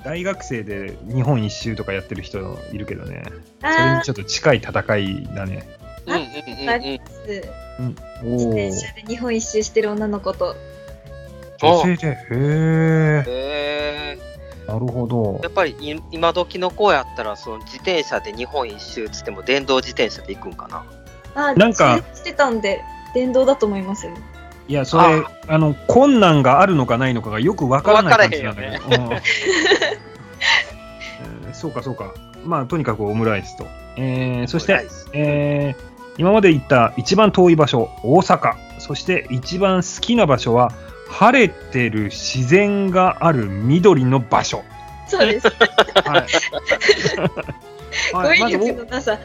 [SPEAKER 1] 大学生で日本一周とかやってる人いるけどね。それ
[SPEAKER 3] あ
[SPEAKER 1] にちょっと近い戦いだね。
[SPEAKER 2] うんうんうんうん。
[SPEAKER 3] ー自
[SPEAKER 1] おお。
[SPEAKER 3] 転車で日本一周してる女の子と、
[SPEAKER 1] 女性で。へえ。
[SPEAKER 2] え
[SPEAKER 1] なるほど
[SPEAKER 2] ー、や。っぱりい今時の子やったらその自転車で日本一周つっても電動自転車で行くんかな
[SPEAKER 3] あー
[SPEAKER 1] なんか
[SPEAKER 3] 自転車してたんで、電動だと思いますよ。
[SPEAKER 1] いや、それ、あの、困難があるのかないのかがよくわからない感じなんだけど。うん えーそうか、そうか。まあ、とにかくオムライスと。えーそし
[SPEAKER 2] オムラ
[SPEAKER 1] て
[SPEAKER 2] イ、ス
[SPEAKER 1] えー今まで行った一番遠い場所、大阪。そして、一番好きな場所は、晴れてる自然がある緑の場所。
[SPEAKER 3] そうです。
[SPEAKER 1] はい。
[SPEAKER 3] 語
[SPEAKER 1] はい、ま
[SPEAKER 3] 彙
[SPEAKER 1] ず
[SPEAKER 3] 力のなさ。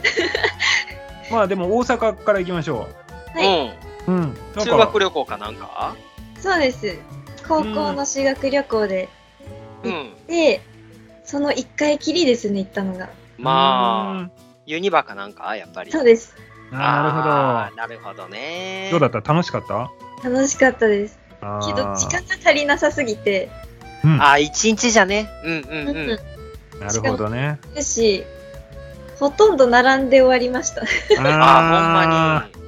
[SPEAKER 1] おまあ、でも大阪から行きましょ
[SPEAKER 3] はい、
[SPEAKER 1] う。うん。
[SPEAKER 2] うん、修学旅行かなんか
[SPEAKER 3] そうです。高校の修学旅行で、
[SPEAKER 2] うん
[SPEAKER 3] で、その1回きりですね、行ったのが。
[SPEAKER 2] まあ
[SPEAKER 1] あ。
[SPEAKER 2] ユニバかなんかやっぱり
[SPEAKER 3] そうです。
[SPEAKER 1] な
[SPEAKER 2] あ
[SPEAKER 1] る
[SPEAKER 2] ーなるほどね
[SPEAKER 1] ほど。どうだった楽しかった
[SPEAKER 3] 楽しかったです。
[SPEAKER 1] あ
[SPEAKER 3] け
[SPEAKER 1] ー
[SPEAKER 3] ど、時間が足りなさすぎて、
[SPEAKER 1] うん、な
[SPEAKER 2] あー一日じゃねうんうんうん、
[SPEAKER 3] うん
[SPEAKER 1] るほど ね。
[SPEAKER 3] だし、ほとんど並んで終わりました。
[SPEAKER 2] ああほんまに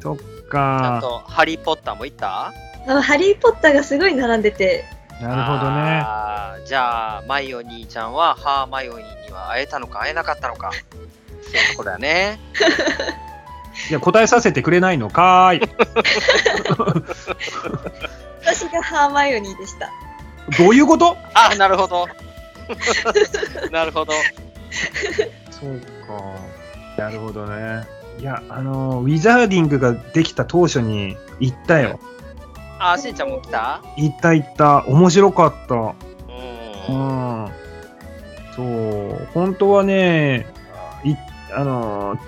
[SPEAKER 1] ーそっ
[SPEAKER 2] ちゃん
[SPEAKER 1] か
[SPEAKER 2] と「ハリー・ポッター」も行った
[SPEAKER 3] あのハリー・ポッターがすごい並んでて、
[SPEAKER 1] なる
[SPEAKER 2] あーじゃあマイオニーちゃんはハーマイオニーには会えたのか会えなかった のかそういうとこだね
[SPEAKER 1] ほどね。いや、答えさせてくれないのかーい。
[SPEAKER 3] 私がハーマイオニーでした。
[SPEAKER 1] どういうこと
[SPEAKER 2] あなるほど なるほど
[SPEAKER 1] そうか。なるほどね。いや、あのーウィザーディングができた当初に行ったよ。
[SPEAKER 2] あしんちゃんも来た
[SPEAKER 1] 行った行った。面白かった。
[SPEAKER 2] う
[SPEAKER 1] うんん。そう。本当はね、いあのー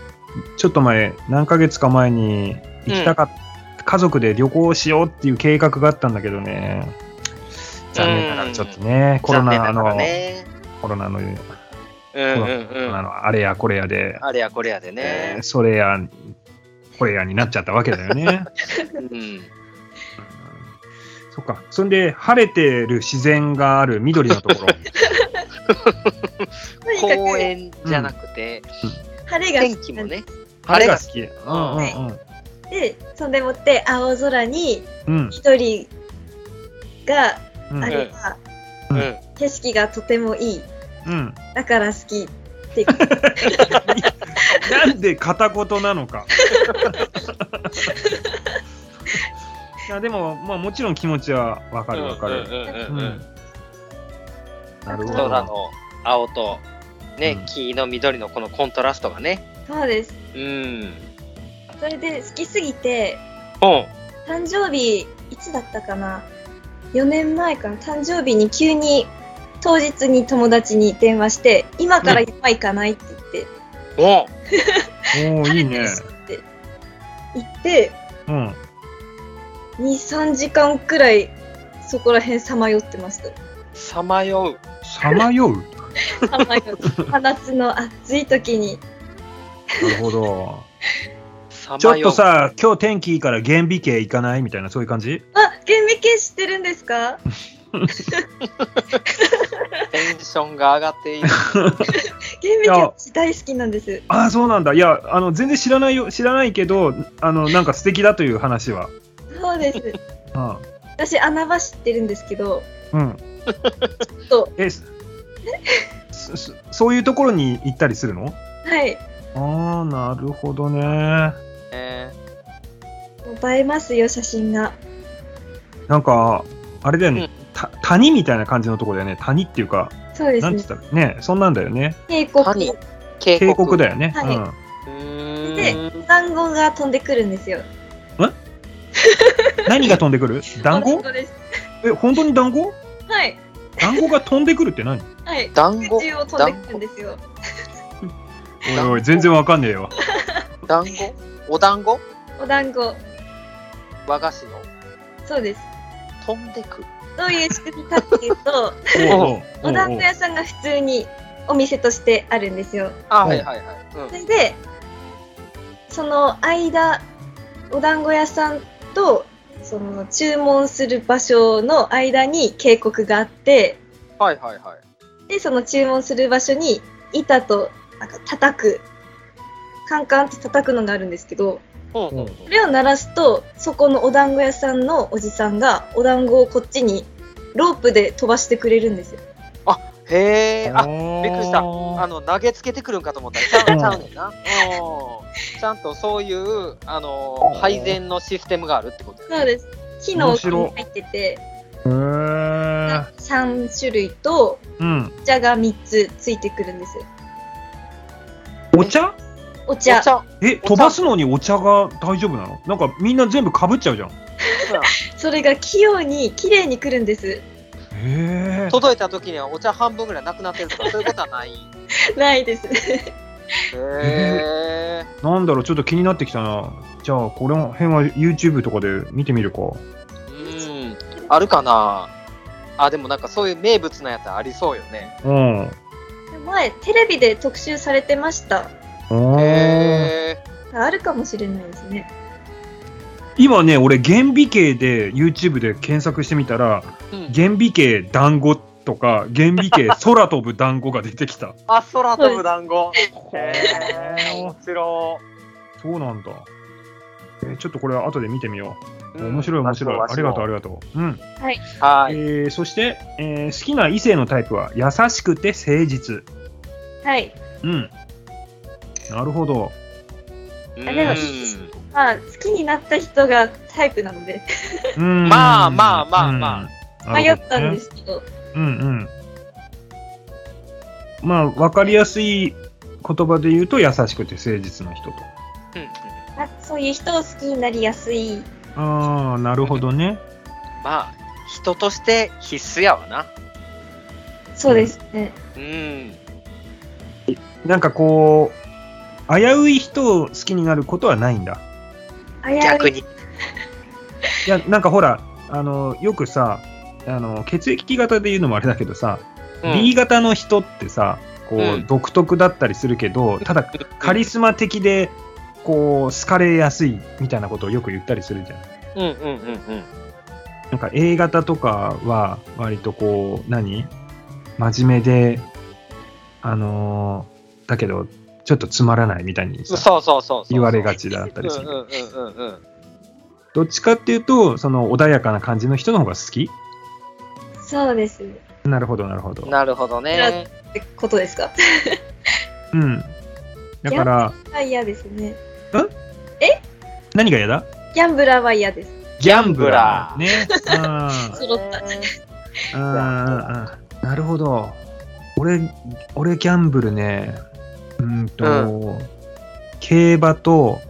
[SPEAKER 1] ちょっと前、何ヶ月か前に行きたかった。家族で旅行しようっていう計画があったんだけどね、残念ながらちょっとね、コロナ
[SPEAKER 2] 残念な
[SPEAKER 1] の、
[SPEAKER 2] がらね。
[SPEAKER 1] コロナの、
[SPEAKER 2] うんうん
[SPEAKER 1] コロ
[SPEAKER 2] う
[SPEAKER 1] ナ
[SPEAKER 2] ん。
[SPEAKER 1] のあれやこれやで、
[SPEAKER 2] あれやこれやでね。
[SPEAKER 1] それや、これやになっちゃったわけだよ ね。
[SPEAKER 2] うん。
[SPEAKER 1] そっか。そんで、晴れてる自然がある緑のとこ ろ。
[SPEAKER 3] とにか
[SPEAKER 2] 公
[SPEAKER 3] く
[SPEAKER 2] 園じゃなくて、
[SPEAKER 3] 晴れが
[SPEAKER 2] 天
[SPEAKER 3] 好
[SPEAKER 2] 気
[SPEAKER 3] き
[SPEAKER 2] もね。
[SPEAKER 1] 晴れが好き。うんうん
[SPEAKER 3] でそんでもって青空に
[SPEAKER 1] うん。
[SPEAKER 3] 緑が
[SPEAKER 1] うん
[SPEAKER 3] あれば、
[SPEAKER 2] う
[SPEAKER 1] うんん。
[SPEAKER 3] 景色がとてもいい
[SPEAKER 1] うん。
[SPEAKER 3] だから好き って
[SPEAKER 1] なんで片言なの か。いやでも、まあ、もちろん気持ちはわかるわかる。
[SPEAKER 2] うん
[SPEAKER 1] う
[SPEAKER 2] うん
[SPEAKER 1] ん
[SPEAKER 2] うんうん。
[SPEAKER 1] なるほど。
[SPEAKER 2] 空の青と、ね
[SPEAKER 1] う、ん
[SPEAKER 2] 木の緑のこのコントラストがね。
[SPEAKER 3] そうです
[SPEAKER 2] うん。
[SPEAKER 3] それで好きすぎて
[SPEAKER 2] うん。
[SPEAKER 3] 誕生日いつだったかな4年前かな誕生日に急に当日に友達に電話して「今から山行かない?」って言って
[SPEAKER 2] お
[SPEAKER 1] おーいい ね。
[SPEAKER 3] 行って
[SPEAKER 1] うん。
[SPEAKER 3] 23時間くらいそこら辺さまよってました
[SPEAKER 2] さまよう。
[SPEAKER 1] さまよう。
[SPEAKER 3] さまよう真夏の暑い時に
[SPEAKER 1] なるほど。
[SPEAKER 2] さ
[SPEAKER 1] ちょ
[SPEAKER 2] ま
[SPEAKER 1] っ
[SPEAKER 2] よ
[SPEAKER 1] と
[SPEAKER 2] う。
[SPEAKER 1] さ、今日天気いいから厳美系行かないみたいな、そういう感じ
[SPEAKER 3] あ厳密系知ってるんですか
[SPEAKER 2] テンションが上がっている。
[SPEAKER 3] 厳密
[SPEAKER 1] いや
[SPEAKER 3] 系大好きなんです
[SPEAKER 1] ああ、そうなんだ。いや、あの、全然知らないよ、知らないけど、あの、なんか素敵だという話は。
[SPEAKER 3] そうです
[SPEAKER 1] うん。
[SPEAKER 3] 私穴場知ってるんですけど
[SPEAKER 1] うん。
[SPEAKER 3] と
[SPEAKER 1] え、すそそそういうところに行ったりするの
[SPEAKER 3] はい
[SPEAKER 1] ああ、なるほどね。
[SPEAKER 2] ね
[SPEAKER 3] もう映えますよ写真が
[SPEAKER 1] なんか、あれだよね、
[SPEAKER 2] うん
[SPEAKER 1] た谷みたいな感じのとこだよね。谷っていうか、
[SPEAKER 3] そうです
[SPEAKER 1] なん
[SPEAKER 3] ね
[SPEAKER 1] つったらね、そんなんだよね。
[SPEAKER 3] 渓谷
[SPEAKER 2] 谷
[SPEAKER 3] を
[SPEAKER 2] 渓
[SPEAKER 1] 渓谷だよね。
[SPEAKER 3] はい
[SPEAKER 1] うん。
[SPEAKER 2] うーん
[SPEAKER 3] で団子が飛んでくるんですよ
[SPEAKER 1] 何が飛んでくる団子
[SPEAKER 3] です
[SPEAKER 1] え、本当に団子
[SPEAKER 3] はい
[SPEAKER 1] 団子が飛んでくるって何
[SPEAKER 3] はい
[SPEAKER 2] 団子
[SPEAKER 3] 口を飛んでくるんですよ
[SPEAKER 1] おいおい、全然わかんねえよ。
[SPEAKER 2] 団子お団子
[SPEAKER 3] お団子
[SPEAKER 2] 和菓子の
[SPEAKER 3] そうです
[SPEAKER 2] 飛んでく
[SPEAKER 3] どういう仕組みかっ ていうと
[SPEAKER 1] おうおうおうおう
[SPEAKER 3] お団子屋さんが普通にお店としてあるんですよ
[SPEAKER 2] あは
[SPEAKER 1] はいい
[SPEAKER 2] はいはい、うん
[SPEAKER 3] それでその間お団子屋さんとその注文する場所の間に渓谷があって
[SPEAKER 2] はいはいはい
[SPEAKER 3] でその注文する場所に板となんか叩くカンカンって叩くのがあるんですけど
[SPEAKER 2] ほうほう
[SPEAKER 1] う
[SPEAKER 2] ほ
[SPEAKER 3] それを鳴らすとそこのお団子屋さんのおじさんがお団子をこっちにロープで飛ばしてくれるんですよ。
[SPEAKER 2] うへえあ
[SPEAKER 1] び
[SPEAKER 2] びっくりしたあの投げつけてくるんかと思ったらちゃうちゃうねんなうんちゃんとそういうあのー配膳のシステムがあるってこと
[SPEAKER 3] そうです木の
[SPEAKER 1] 面
[SPEAKER 3] 奥に
[SPEAKER 1] 白
[SPEAKER 3] 入ってて
[SPEAKER 1] へー
[SPEAKER 3] 3種類と
[SPEAKER 1] うん。
[SPEAKER 3] お茶が3つついてくるんですよ
[SPEAKER 1] お茶
[SPEAKER 3] お茶
[SPEAKER 2] お茶
[SPEAKER 1] え、飛ばすのにお茶が大丈夫なのなんかみんな全部かぶっちゃうじゃん。
[SPEAKER 3] それが器用に綺麗に来るんです
[SPEAKER 1] へえ。
[SPEAKER 2] 届いた時にはお茶半分ぐらいなくなってるとかそういうことはないへ
[SPEAKER 3] ないです
[SPEAKER 2] え
[SPEAKER 1] なんだろう、ちょっと気になってきたな。じゃあ、この辺は YouTube とかで見てみるか。
[SPEAKER 2] うんあるかなあでもなんかそういう名物なやつありそうよね
[SPEAKER 1] うん。
[SPEAKER 3] 前テレビで特集されてました
[SPEAKER 1] おー
[SPEAKER 2] へえ
[SPEAKER 3] あるかもしれないですね
[SPEAKER 1] 今ね、俺、原美系で YouTube で検索してみたら、原美系団子とか、原美系空飛ぶ団子が出てき た。
[SPEAKER 2] あ、空飛ぶ団子。へえ、面
[SPEAKER 1] ー
[SPEAKER 2] 白
[SPEAKER 1] そうなんだ。えーちょっとこれは後で見てみよ
[SPEAKER 2] い。
[SPEAKER 1] う。面白い面白い。ありがとうありがとう。うん。
[SPEAKER 2] う。はい。
[SPEAKER 1] えーそして、えー好きな異性のタイプは優しくて誠実。
[SPEAKER 3] はい
[SPEAKER 1] うん。なるほど。
[SPEAKER 3] あでも
[SPEAKER 2] うん
[SPEAKER 3] まあ好きになった人がタイプなので
[SPEAKER 1] うん
[SPEAKER 2] まあまあまあまあ
[SPEAKER 1] あ
[SPEAKER 3] 迷ったんで。すけど
[SPEAKER 1] うんうん。まあ、わかりやすい言葉で言うと、優しくて誠実な人と。
[SPEAKER 3] あそういう人を好きになりやすい
[SPEAKER 1] ああ、なるほどね。
[SPEAKER 2] まあ、人として必須やわな。
[SPEAKER 3] そうですね
[SPEAKER 2] うん。
[SPEAKER 1] なんかこう、危うい人を好きになることはないんだ。
[SPEAKER 3] 危うい
[SPEAKER 2] 逆に。
[SPEAKER 1] いや、なんかほら、あの、よくさ、あの血液型で言うのもあれだけどさ、
[SPEAKER 2] うん、
[SPEAKER 1] B 型の人ってさこう、
[SPEAKER 2] うん
[SPEAKER 1] 独特だったりするけどただカリスマ的でこう好かれやすいみたいなことをよく言ったりするじゃん。
[SPEAKER 2] うんうんうんうん。
[SPEAKER 1] なんか A 型とかは割とこう何真面目であのーだけどちょっとつまらないみたいに
[SPEAKER 2] そう
[SPEAKER 1] さ
[SPEAKER 2] そうそうそう。
[SPEAKER 1] 言われがちだった
[SPEAKER 2] うんう
[SPEAKER 1] りす
[SPEAKER 2] ん
[SPEAKER 1] る。
[SPEAKER 2] うんうんうん。
[SPEAKER 1] どっちかっていうとその穏やかな感じの人の方が好き
[SPEAKER 3] そうです。っ
[SPEAKER 1] なるほどなるほど。
[SPEAKER 2] なるほどね。
[SPEAKER 3] てことですか
[SPEAKER 1] うん。だから
[SPEAKER 3] あ嫌ですね。
[SPEAKER 1] 何が嫌だ
[SPEAKER 3] ギャンブラーは嫌です。
[SPEAKER 1] ギ
[SPEAKER 2] ャンブラー
[SPEAKER 1] ね。 うん
[SPEAKER 3] 揃った。
[SPEAKER 1] あーあーなるほど。俺、俺ギャンブルね、うーんと、競馬と、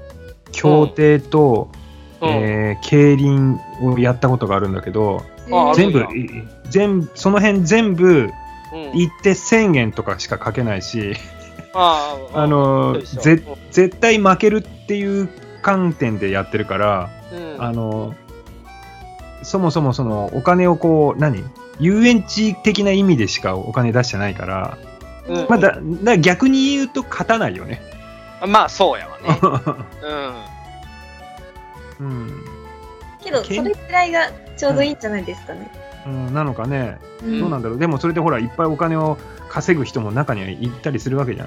[SPEAKER 1] 競艇と、
[SPEAKER 2] うん
[SPEAKER 1] えー競輪をやったことがあるんだけど、
[SPEAKER 2] あ
[SPEAKER 1] 全部
[SPEAKER 2] あるん、
[SPEAKER 1] 全部、その辺全部
[SPEAKER 2] うん
[SPEAKER 1] 行って1000円とかしかかけないし、
[SPEAKER 2] あー
[SPEAKER 1] あの、
[SPEAKER 2] そうでしょ
[SPEAKER 1] ぜ絶対負けるっていう観点でやってるから、
[SPEAKER 2] うん
[SPEAKER 1] あのそもそもそのお金をこう何遊園地的な意味でしかお金出してないから、
[SPEAKER 2] うん
[SPEAKER 1] まあ、だだから逆に言うと勝たないよね。
[SPEAKER 2] まあそうやわね。
[SPEAKER 1] うん、
[SPEAKER 3] けど、それくらいがちょうどいいんじゃないですかね。
[SPEAKER 1] うん、なのかね、
[SPEAKER 2] ん
[SPEAKER 1] どうなんだろうでもそれでほらいっぱいお金を稼ぐ人も中にはいったりするわけじゃん。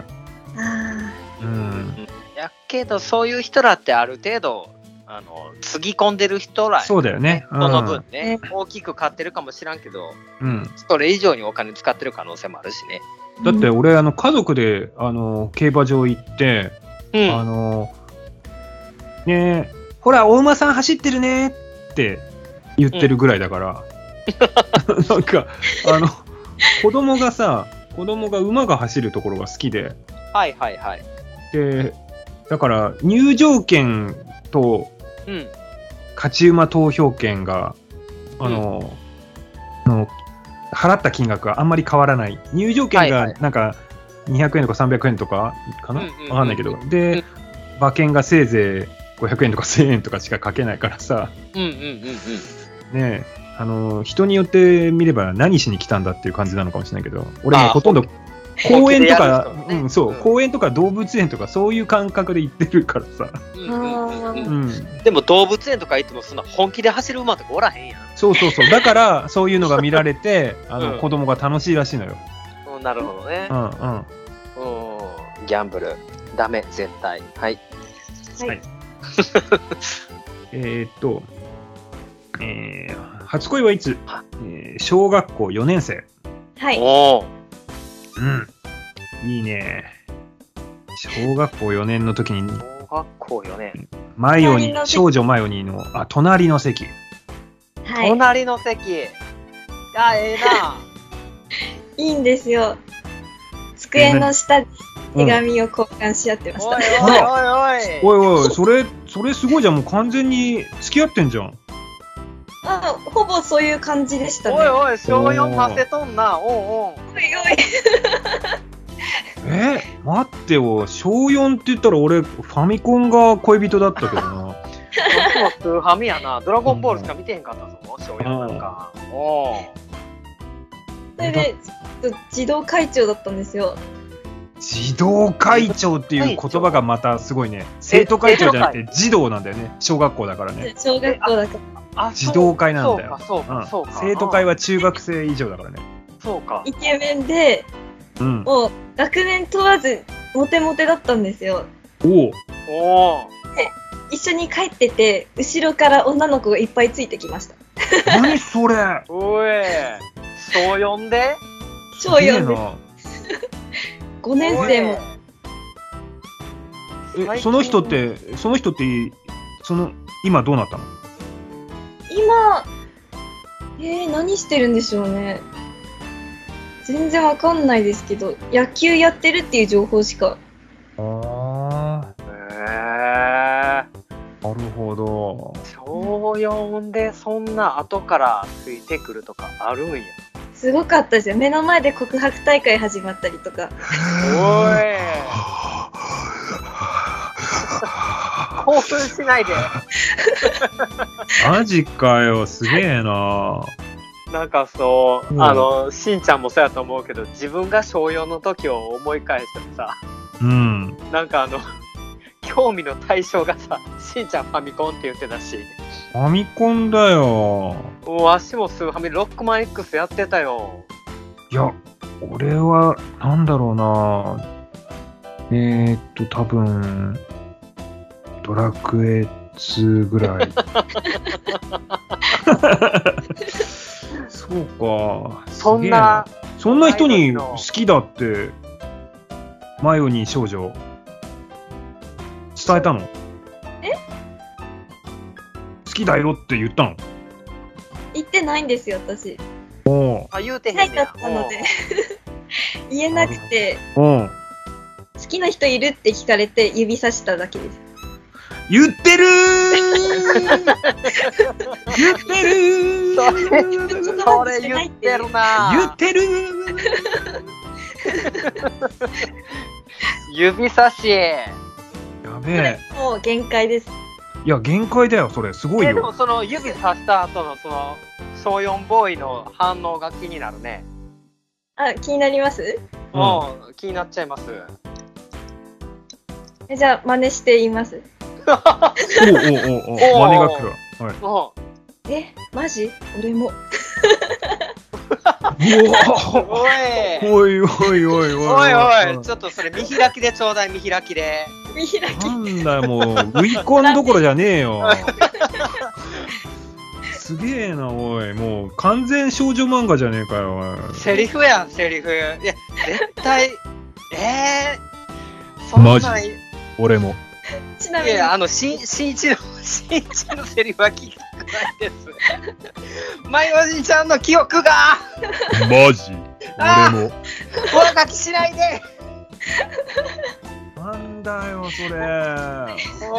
[SPEAKER 3] あ
[SPEAKER 1] う
[SPEAKER 2] うん
[SPEAKER 1] ん、
[SPEAKER 2] やけどそういう人らってある程度あのつぎ込んでる人らや
[SPEAKER 1] そうだよね。
[SPEAKER 2] その分ね
[SPEAKER 3] ね、
[SPEAKER 2] 大きく買ってるかもしらんけど、
[SPEAKER 1] うん、
[SPEAKER 2] それ以上にお金使ってる可能性もあるしね。
[SPEAKER 3] あ。
[SPEAKER 1] だって俺あの家族であの競馬場行って、
[SPEAKER 2] う
[SPEAKER 1] あ
[SPEAKER 2] ん。
[SPEAKER 1] のねえほら大馬さん走ってるねって言ってるぐらいだから、 なんかあの子供がさ子供が馬が走るところが好きで
[SPEAKER 2] はいはいはい。
[SPEAKER 1] でだから入場券と
[SPEAKER 2] うん。
[SPEAKER 1] 勝ち馬投票券があの、の払った金額があんまり変わらない入場券
[SPEAKER 2] はい
[SPEAKER 1] が
[SPEAKER 2] は
[SPEAKER 1] なんか200円とか300円とかかな
[SPEAKER 2] うん
[SPEAKER 1] わ
[SPEAKER 2] うんうんうん
[SPEAKER 1] かんないけど
[SPEAKER 2] う
[SPEAKER 1] で
[SPEAKER 2] ん
[SPEAKER 1] 馬券がせいぜい500円とか1000円とかしか書けないからさ
[SPEAKER 2] うんうんうんうん。
[SPEAKER 1] ねえあの人によって見れば何しに来たんだっていう感じなのかもしれないけど俺
[SPEAKER 2] あ
[SPEAKER 1] も
[SPEAKER 2] ー
[SPEAKER 1] ほとんど公園とか
[SPEAKER 2] 本気でやる人、ね
[SPEAKER 1] うん、そう、
[SPEAKER 2] うん
[SPEAKER 1] 公園とか動物園とかそういう感覚で行ってるからさ、
[SPEAKER 2] うんうんうんう
[SPEAKER 1] うんん、
[SPEAKER 2] でも動物園とか行ってもそんな本気で走る馬とかおらへんやん。
[SPEAKER 1] そうそうそう。だから、そういうのが見られて、あの、
[SPEAKER 2] うん
[SPEAKER 1] 子供が楽しいらしいのよ。
[SPEAKER 2] うんなるほどね
[SPEAKER 1] う。んうん。
[SPEAKER 2] うん。ギャンブル。ダメ、絶対。はい。
[SPEAKER 1] えーっと、えー初恋はいつ
[SPEAKER 2] は、
[SPEAKER 1] えー小学校4年生。
[SPEAKER 3] はい。
[SPEAKER 2] おお。
[SPEAKER 1] うん。いいね。小学校4年の時に、
[SPEAKER 2] 小学校よね。
[SPEAKER 1] マイオニ
[SPEAKER 3] 隣の席
[SPEAKER 1] 少女マイオニーの、あ、隣の席。
[SPEAKER 3] はい。
[SPEAKER 2] 隣の席。あ、ええ な。
[SPEAKER 3] いいんですよ。机の下で手紙を交換し合ってまし
[SPEAKER 2] おい
[SPEAKER 3] た。
[SPEAKER 2] おいおいおい。
[SPEAKER 1] おいおい、それ、それすごいじゃん。もう完全に付き合ってんじゃん。
[SPEAKER 3] あほぼそういう感じでしたね。
[SPEAKER 2] おいおい、小4パセとんな。おうおう。
[SPEAKER 3] おいおい
[SPEAKER 1] え待ってよ。小4って言ったら俺、ファミコンが恋人だったけどな。
[SPEAKER 2] 僕もスーハミや な。ドラゴンボールしか見てへんかったぞ、小4なんか。おう
[SPEAKER 3] それで、ちょっと自動会長だったんですよ。
[SPEAKER 1] 児童会長っていう言葉がまたすごいね生徒会長じゃなくて児童なんだよね小学校だからね、
[SPEAKER 3] 小学校だから。
[SPEAKER 2] あ
[SPEAKER 1] 自動会なんだよ
[SPEAKER 2] そう
[SPEAKER 1] う
[SPEAKER 2] か、
[SPEAKER 1] ん
[SPEAKER 2] そうか、そうか。
[SPEAKER 1] 生徒会は中学生以上だからね
[SPEAKER 2] そうか。
[SPEAKER 3] イケメンで、
[SPEAKER 1] うん
[SPEAKER 3] もう学年問わず、モテモテだったんですよ。
[SPEAKER 1] おお
[SPEAKER 2] おお。
[SPEAKER 3] 一緒に帰ってて、後ろから女の子がいっぱいついてきました。
[SPEAKER 1] 何それ
[SPEAKER 2] おい。小4で
[SPEAKER 3] 小4で
[SPEAKER 1] な
[SPEAKER 3] 5年生も。
[SPEAKER 1] えその人っ。てその人ってその今どうなったの
[SPEAKER 3] 今、えー、何してるんでしょうね。全然わかんないですけど、野球やってるっていう情報しか。
[SPEAKER 1] あ
[SPEAKER 2] へえ。
[SPEAKER 1] あなるほど
[SPEAKER 2] 小4でそんな後からついてくるとかあるんや。
[SPEAKER 3] すごかったですよ。目の前で告白大会始まったりとか。
[SPEAKER 2] おい。興奮しないで。
[SPEAKER 1] マジかよすげえな
[SPEAKER 2] なんかそう、
[SPEAKER 1] うん
[SPEAKER 2] あの、しんちゃんもそうやと思うけど、自分が小4の時を思い返してもさ、
[SPEAKER 1] うん。
[SPEAKER 2] なんかあの、 興味の対象がさ、しんちゃんファミコンって言ってたし、
[SPEAKER 1] ファミコンだよ。
[SPEAKER 2] もうわしもスーファミロックマン X やってたよ。
[SPEAKER 1] いや、俺は、なんだろうな。えー、っと、多分、ドラクエ2ぐらい。そうか。す
[SPEAKER 2] そん
[SPEAKER 1] げえ
[SPEAKER 2] な、、
[SPEAKER 1] そんな人に好きだって、マヨに少女、伝えたの
[SPEAKER 3] え
[SPEAKER 1] 好きだよって言ったの
[SPEAKER 3] 言ってないんですよ、私。
[SPEAKER 1] お
[SPEAKER 7] あ、言うてへん
[SPEAKER 3] 書
[SPEAKER 7] ね
[SPEAKER 3] いてあったので。言えなくて、
[SPEAKER 1] ううん。
[SPEAKER 3] 好きな人いるって聞かれて指さしただけです。
[SPEAKER 1] 言ってる ー言ってるー
[SPEAKER 2] それ言ってる な
[SPEAKER 1] 言ってる
[SPEAKER 2] 指差し。
[SPEAKER 1] ーやべ
[SPEAKER 3] こ
[SPEAKER 1] え
[SPEAKER 3] れ。もう限界です。
[SPEAKER 1] いや、限界だよ、それ。すごい
[SPEAKER 2] えでも
[SPEAKER 1] よ。
[SPEAKER 2] その指さした後のその小4ボーイの反応が気になるね。
[SPEAKER 3] あ、気になります
[SPEAKER 1] うん
[SPEAKER 2] もう気になっちゃいます。
[SPEAKER 3] えじゃあ、真似して言います。
[SPEAKER 1] おうおうおうおう。
[SPEAKER 2] おう
[SPEAKER 1] マネが来るわ。はい。
[SPEAKER 2] も
[SPEAKER 3] え、マジ俺も。
[SPEAKER 2] う、
[SPEAKER 1] う
[SPEAKER 2] おい
[SPEAKER 1] おおいおいおいおい
[SPEAKER 2] おいおい、ちょっとそれ見開きでちょうだい、見開きで。
[SPEAKER 3] 見開き。
[SPEAKER 1] なんだよもう、ウィコンどころじゃねえよ。すげえな、おい。もう、完全少女漫画じゃねえかよ、おい。
[SPEAKER 2] セリフやん、セリフ。いや、絶対、えー、そんなん
[SPEAKER 1] マジ俺も。
[SPEAKER 3] ちないみに、
[SPEAKER 2] や、あの、しん、しんいちの、しんいちのセリフは聞きたくないです。マイオジンちゃんの記憶が、
[SPEAKER 1] マジ
[SPEAKER 2] あー
[SPEAKER 1] 俺も。
[SPEAKER 2] 上書きしないで。
[SPEAKER 1] なんだよ、それ。
[SPEAKER 2] う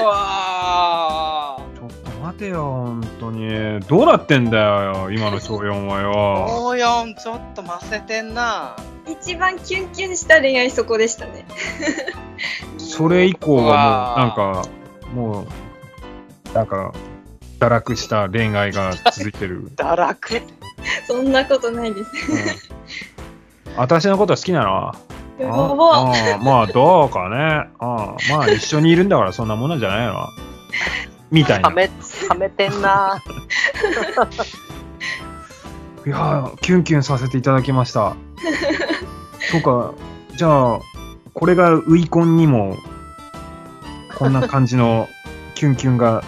[SPEAKER 2] わー。
[SPEAKER 1] ちょっと待てよ、本当に。どうなってんだよ、今の小4はよ。
[SPEAKER 2] 応四ちょっとませてんな。
[SPEAKER 3] 一番キュンキュンした恋愛そこでしたね。
[SPEAKER 1] それ以降は
[SPEAKER 2] うわ
[SPEAKER 1] もう、なんか、もう、なんか、堕落した恋愛が続いてる。
[SPEAKER 2] ー。堕落。
[SPEAKER 3] そんなことないです。
[SPEAKER 1] うん私のことは好きなの
[SPEAKER 3] や
[SPEAKER 1] あ
[SPEAKER 3] ば。
[SPEAKER 1] あまあどうかねああまあ一緒にいるんだからそんなもんなんじゃないのみたいな
[SPEAKER 2] はいめ、はめてんな。
[SPEAKER 1] やーキュンキュンさせていただきましたそうかじゃあこれがウイコンにもこんな感じのキュンキュンが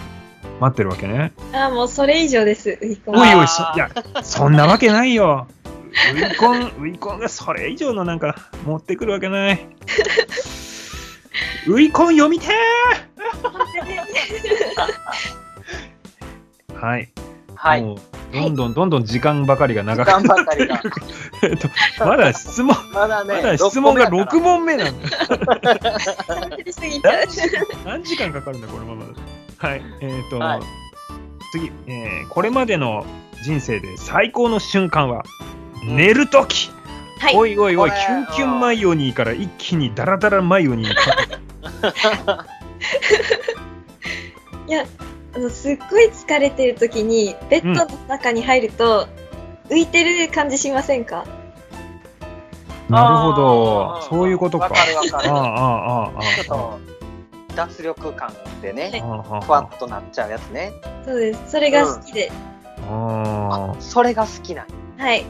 [SPEAKER 1] 待ってるわけね
[SPEAKER 3] あ、もうそれ以上です。ウィコン
[SPEAKER 1] おいおいそ
[SPEAKER 2] あー
[SPEAKER 1] いやそんなわけないよウイコンウイコンがそれ以上のなんか持ってくるわけないウイコン読みてーはい
[SPEAKER 2] はい。
[SPEAKER 1] もうどんどんどんどん時間ばかりが長く、
[SPEAKER 2] 頑張ったりが。
[SPEAKER 1] えっと、まだ質問、
[SPEAKER 2] まだ
[SPEAKER 1] ま
[SPEAKER 2] ね。
[SPEAKER 1] だ質問が
[SPEAKER 2] 六
[SPEAKER 1] 6問目なんだ。
[SPEAKER 3] 喋りすぎた。
[SPEAKER 1] 何時間かかるんだ、このままだと。はい、えっ、と、
[SPEAKER 2] はい
[SPEAKER 1] 次、えーこれまでの人生で最高の瞬間は、寝るとき、
[SPEAKER 3] はい
[SPEAKER 1] おいおいおい、
[SPEAKER 2] こ
[SPEAKER 1] キ
[SPEAKER 2] れ
[SPEAKER 1] ュンキュンマイオニーから一気にダラダラマイオニーに変わる
[SPEAKER 3] あのすっごい疲れてる時にベッドの中に入ると、浮いてる感じしませんか
[SPEAKER 1] なるほど、そういうことか。
[SPEAKER 2] わかるわか
[SPEAKER 1] ああ、
[SPEAKER 2] る。
[SPEAKER 1] ああ、ああ、
[SPEAKER 2] ちょっと脱力感でね、
[SPEAKER 1] ああ、あ
[SPEAKER 2] ふわっとなっちゃうやつね。
[SPEAKER 3] そうですそれが好きで、
[SPEAKER 1] あ、ああ。
[SPEAKER 2] それが好きなんや
[SPEAKER 3] はい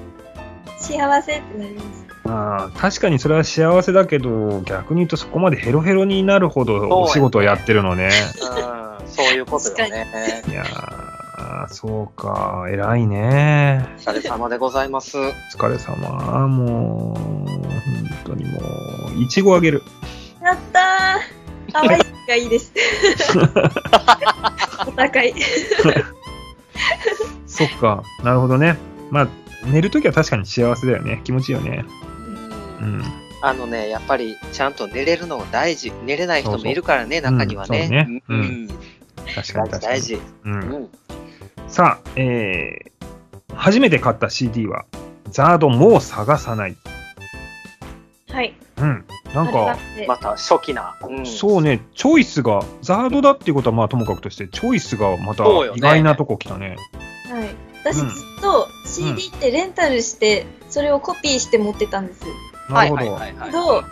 [SPEAKER 3] 幸せってなります
[SPEAKER 1] まあ、確かにそれは幸せだけど、逆に言うとそこまでヘロヘロになるほどお仕事をやってるのね。
[SPEAKER 2] うん、そういうことよね。
[SPEAKER 1] いやー、そうか、偉いね。
[SPEAKER 2] お疲れ様でございます。
[SPEAKER 1] お疲れ様。もう、本当にもう、いちごあげる。
[SPEAKER 3] やったー淡いがい いですお高い
[SPEAKER 1] そっか、なるほどね。まあ、寝るときは確かに幸せだよね。気持ちいいよね。うん。
[SPEAKER 2] あのね、やっぱりちゃんと寝れるのが大事。寝れない人もいるからね、
[SPEAKER 1] そうそう
[SPEAKER 2] 中には
[SPEAKER 1] うん
[SPEAKER 2] ね。
[SPEAKER 1] そうねうん確か
[SPEAKER 2] 大
[SPEAKER 1] に
[SPEAKER 2] 事、
[SPEAKER 1] 確か
[SPEAKER 2] 大
[SPEAKER 1] に。
[SPEAKER 2] 事。
[SPEAKER 1] う。
[SPEAKER 2] うんん。
[SPEAKER 1] さあ、えー、初めて買った CD は、ザードもう探さない。
[SPEAKER 3] はい
[SPEAKER 1] うん。なんか、
[SPEAKER 2] また初期な。うん
[SPEAKER 1] そうね、チョイスが、ザードだっていうことはまあともかくとして、チョイスがまた
[SPEAKER 2] そうよね
[SPEAKER 1] 意外なとこ来たね。
[SPEAKER 3] はい私ず
[SPEAKER 1] うん
[SPEAKER 3] っと CD ってレンタルして、それをコピーして持ってたんです。
[SPEAKER 1] なるほど。
[SPEAKER 2] いは
[SPEAKER 3] けど、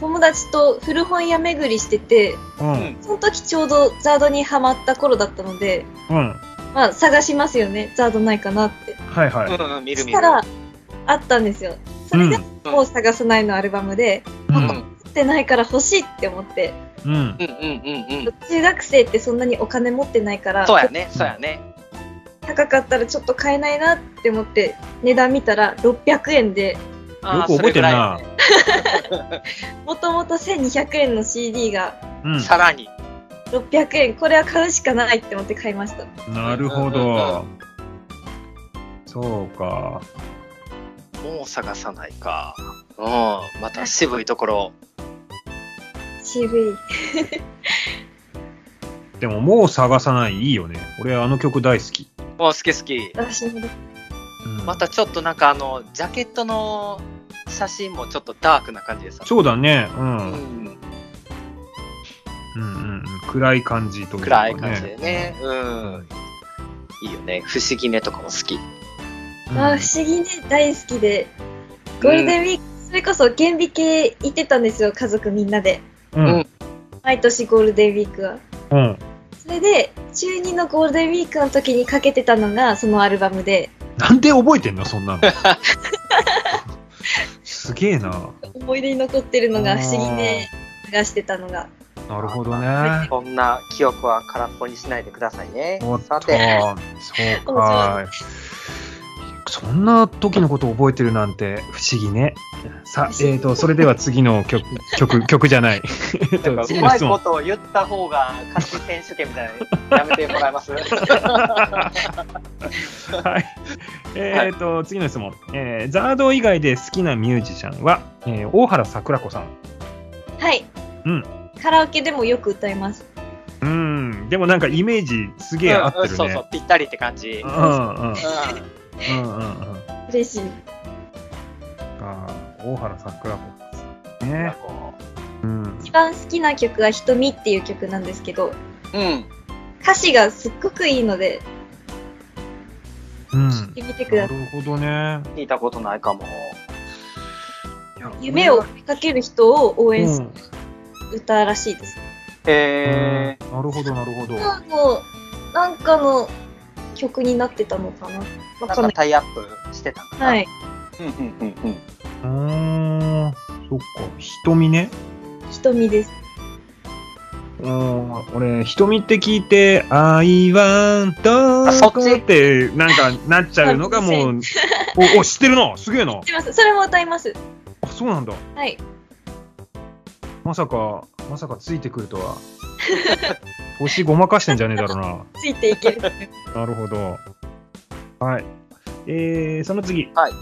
[SPEAKER 3] 友達と古本屋巡りしてて、
[SPEAKER 1] うん。
[SPEAKER 3] その時ちょうどザードにハマった頃だったので、
[SPEAKER 1] うん。
[SPEAKER 3] まあ探しますよね、ザードないかなって。
[SPEAKER 1] はいはい。
[SPEAKER 2] うんうん、見る
[SPEAKER 3] し
[SPEAKER 2] 見る
[SPEAKER 3] た。ら、あったんですよ。それがもう探さないのアルバムで、
[SPEAKER 1] うん。
[SPEAKER 3] 持ってないから欲しいって思って、
[SPEAKER 1] うん
[SPEAKER 2] う。んうんうんうん。
[SPEAKER 3] 中学生ってそんなにお金持ってないから、
[SPEAKER 2] そうやね、そうやね。
[SPEAKER 3] 高かったらちょっと買えないなって思って、値段見たら600円で、
[SPEAKER 2] あー
[SPEAKER 1] よく覚えてるな
[SPEAKER 2] それぐらいやね
[SPEAKER 3] もともと1200円の CD が
[SPEAKER 1] うん。
[SPEAKER 2] さらに。
[SPEAKER 3] 600円、これは買うしかないって思って買いました。
[SPEAKER 1] なるほど。そうか。
[SPEAKER 2] もう探さないか。うん、また渋いところ。
[SPEAKER 3] CV。
[SPEAKER 1] でももう探さないいいよね。俺あの曲大好き。
[SPEAKER 2] もう好き好き。
[SPEAKER 3] 私も
[SPEAKER 1] うん
[SPEAKER 2] またちょっとなんかあの、ジャケットの写真もちょっとダークな感じでさ。
[SPEAKER 1] そうだね。うん。
[SPEAKER 2] う
[SPEAKER 1] うんうん
[SPEAKER 2] ん、
[SPEAKER 1] うん。暗い感じというか、ね。
[SPEAKER 2] 暗い感じでね。うん。いいよね。不思議ねとかも好き。
[SPEAKER 1] うん。
[SPEAKER 3] あ不思議ね大好きでゴールデンウィーク、それこそ顕微鏡行ってたんですよ家族みんなで
[SPEAKER 1] うん。
[SPEAKER 3] 毎年ゴールデンウィークは
[SPEAKER 1] うん。
[SPEAKER 3] それで中2のゴールデンウィークの時にかけてたのがそのアルバムで
[SPEAKER 1] なんで覚えてんのそん なの。すげえな。
[SPEAKER 3] 思い出に残ってるのが不思議ね流してたのが
[SPEAKER 1] なるほどね。
[SPEAKER 2] こんな記憶は空っぽにしないでくださいね
[SPEAKER 1] おっ。と、そ
[SPEAKER 2] さ
[SPEAKER 1] う
[SPEAKER 2] て、
[SPEAKER 1] かい。そんな時のことを覚えてるなんて不思議ね。さあ、えー、と、それでは次の曲、曲、曲じゃない。えーと
[SPEAKER 2] う
[SPEAKER 1] 次の
[SPEAKER 2] まい
[SPEAKER 1] 質
[SPEAKER 2] こ
[SPEAKER 1] 問。
[SPEAKER 2] とを言った方が歌詞選手権みたいなのやめてもらえます
[SPEAKER 1] はい。えー、と、次の質問。えー、ザード以外で好きなミュージシャンは、えー大原桜子さん。
[SPEAKER 3] はい、
[SPEAKER 1] うん
[SPEAKER 3] カラオケでもよく歌います
[SPEAKER 1] うん、でもなんかイメージす げえ合って
[SPEAKER 2] うん
[SPEAKER 1] る
[SPEAKER 2] そうそ
[SPEAKER 1] ね
[SPEAKER 2] う。、ぴったりって感じ。
[SPEAKER 1] う
[SPEAKER 2] うんん
[SPEAKER 1] うんうんうんうんうん。
[SPEAKER 3] 嬉しい
[SPEAKER 1] あー大原桜子。
[SPEAKER 2] なん
[SPEAKER 1] ね
[SPEAKER 2] か。こ
[SPEAKER 1] うん。
[SPEAKER 3] 一番好きな曲は「瞳」っていう曲なんですけど
[SPEAKER 2] ううん。
[SPEAKER 3] 歌詞がすっごくいいので
[SPEAKER 1] うん。
[SPEAKER 3] 聴いてみてく
[SPEAKER 1] な
[SPEAKER 3] ださい、
[SPEAKER 1] るほどね。
[SPEAKER 2] 聞いたことないかも。
[SPEAKER 3] 夢を追いかける人を応
[SPEAKER 1] う
[SPEAKER 3] 援す
[SPEAKER 1] ん
[SPEAKER 3] る。歌らしいです
[SPEAKER 2] へえ。
[SPEAKER 1] なるほど、なるほど。
[SPEAKER 3] なんかの、なんかの曲になってたのかなわ
[SPEAKER 2] なん
[SPEAKER 3] かんな
[SPEAKER 2] か
[SPEAKER 3] い。
[SPEAKER 2] タイアップしてたんかな。
[SPEAKER 3] はい。。
[SPEAKER 2] うんうんうんう
[SPEAKER 1] うー
[SPEAKER 2] ん。
[SPEAKER 1] ん、そっか、瞳ね。
[SPEAKER 3] 瞳です。
[SPEAKER 1] うーん、俺、瞳って聞いて、I want
[SPEAKER 2] あそっち
[SPEAKER 1] to って、なんか、なっちゃうのが もう、お、お、知ってるなすげえな
[SPEAKER 3] 知ってます。それも歌います。
[SPEAKER 1] あ、そうなんだ。
[SPEAKER 3] はい。
[SPEAKER 1] まさか、まさかついてくると は。星ごまかしてんじゃねえだろうな。
[SPEAKER 3] ついていけ る。
[SPEAKER 1] なるほど。はい。えー、その次。
[SPEAKER 2] はい。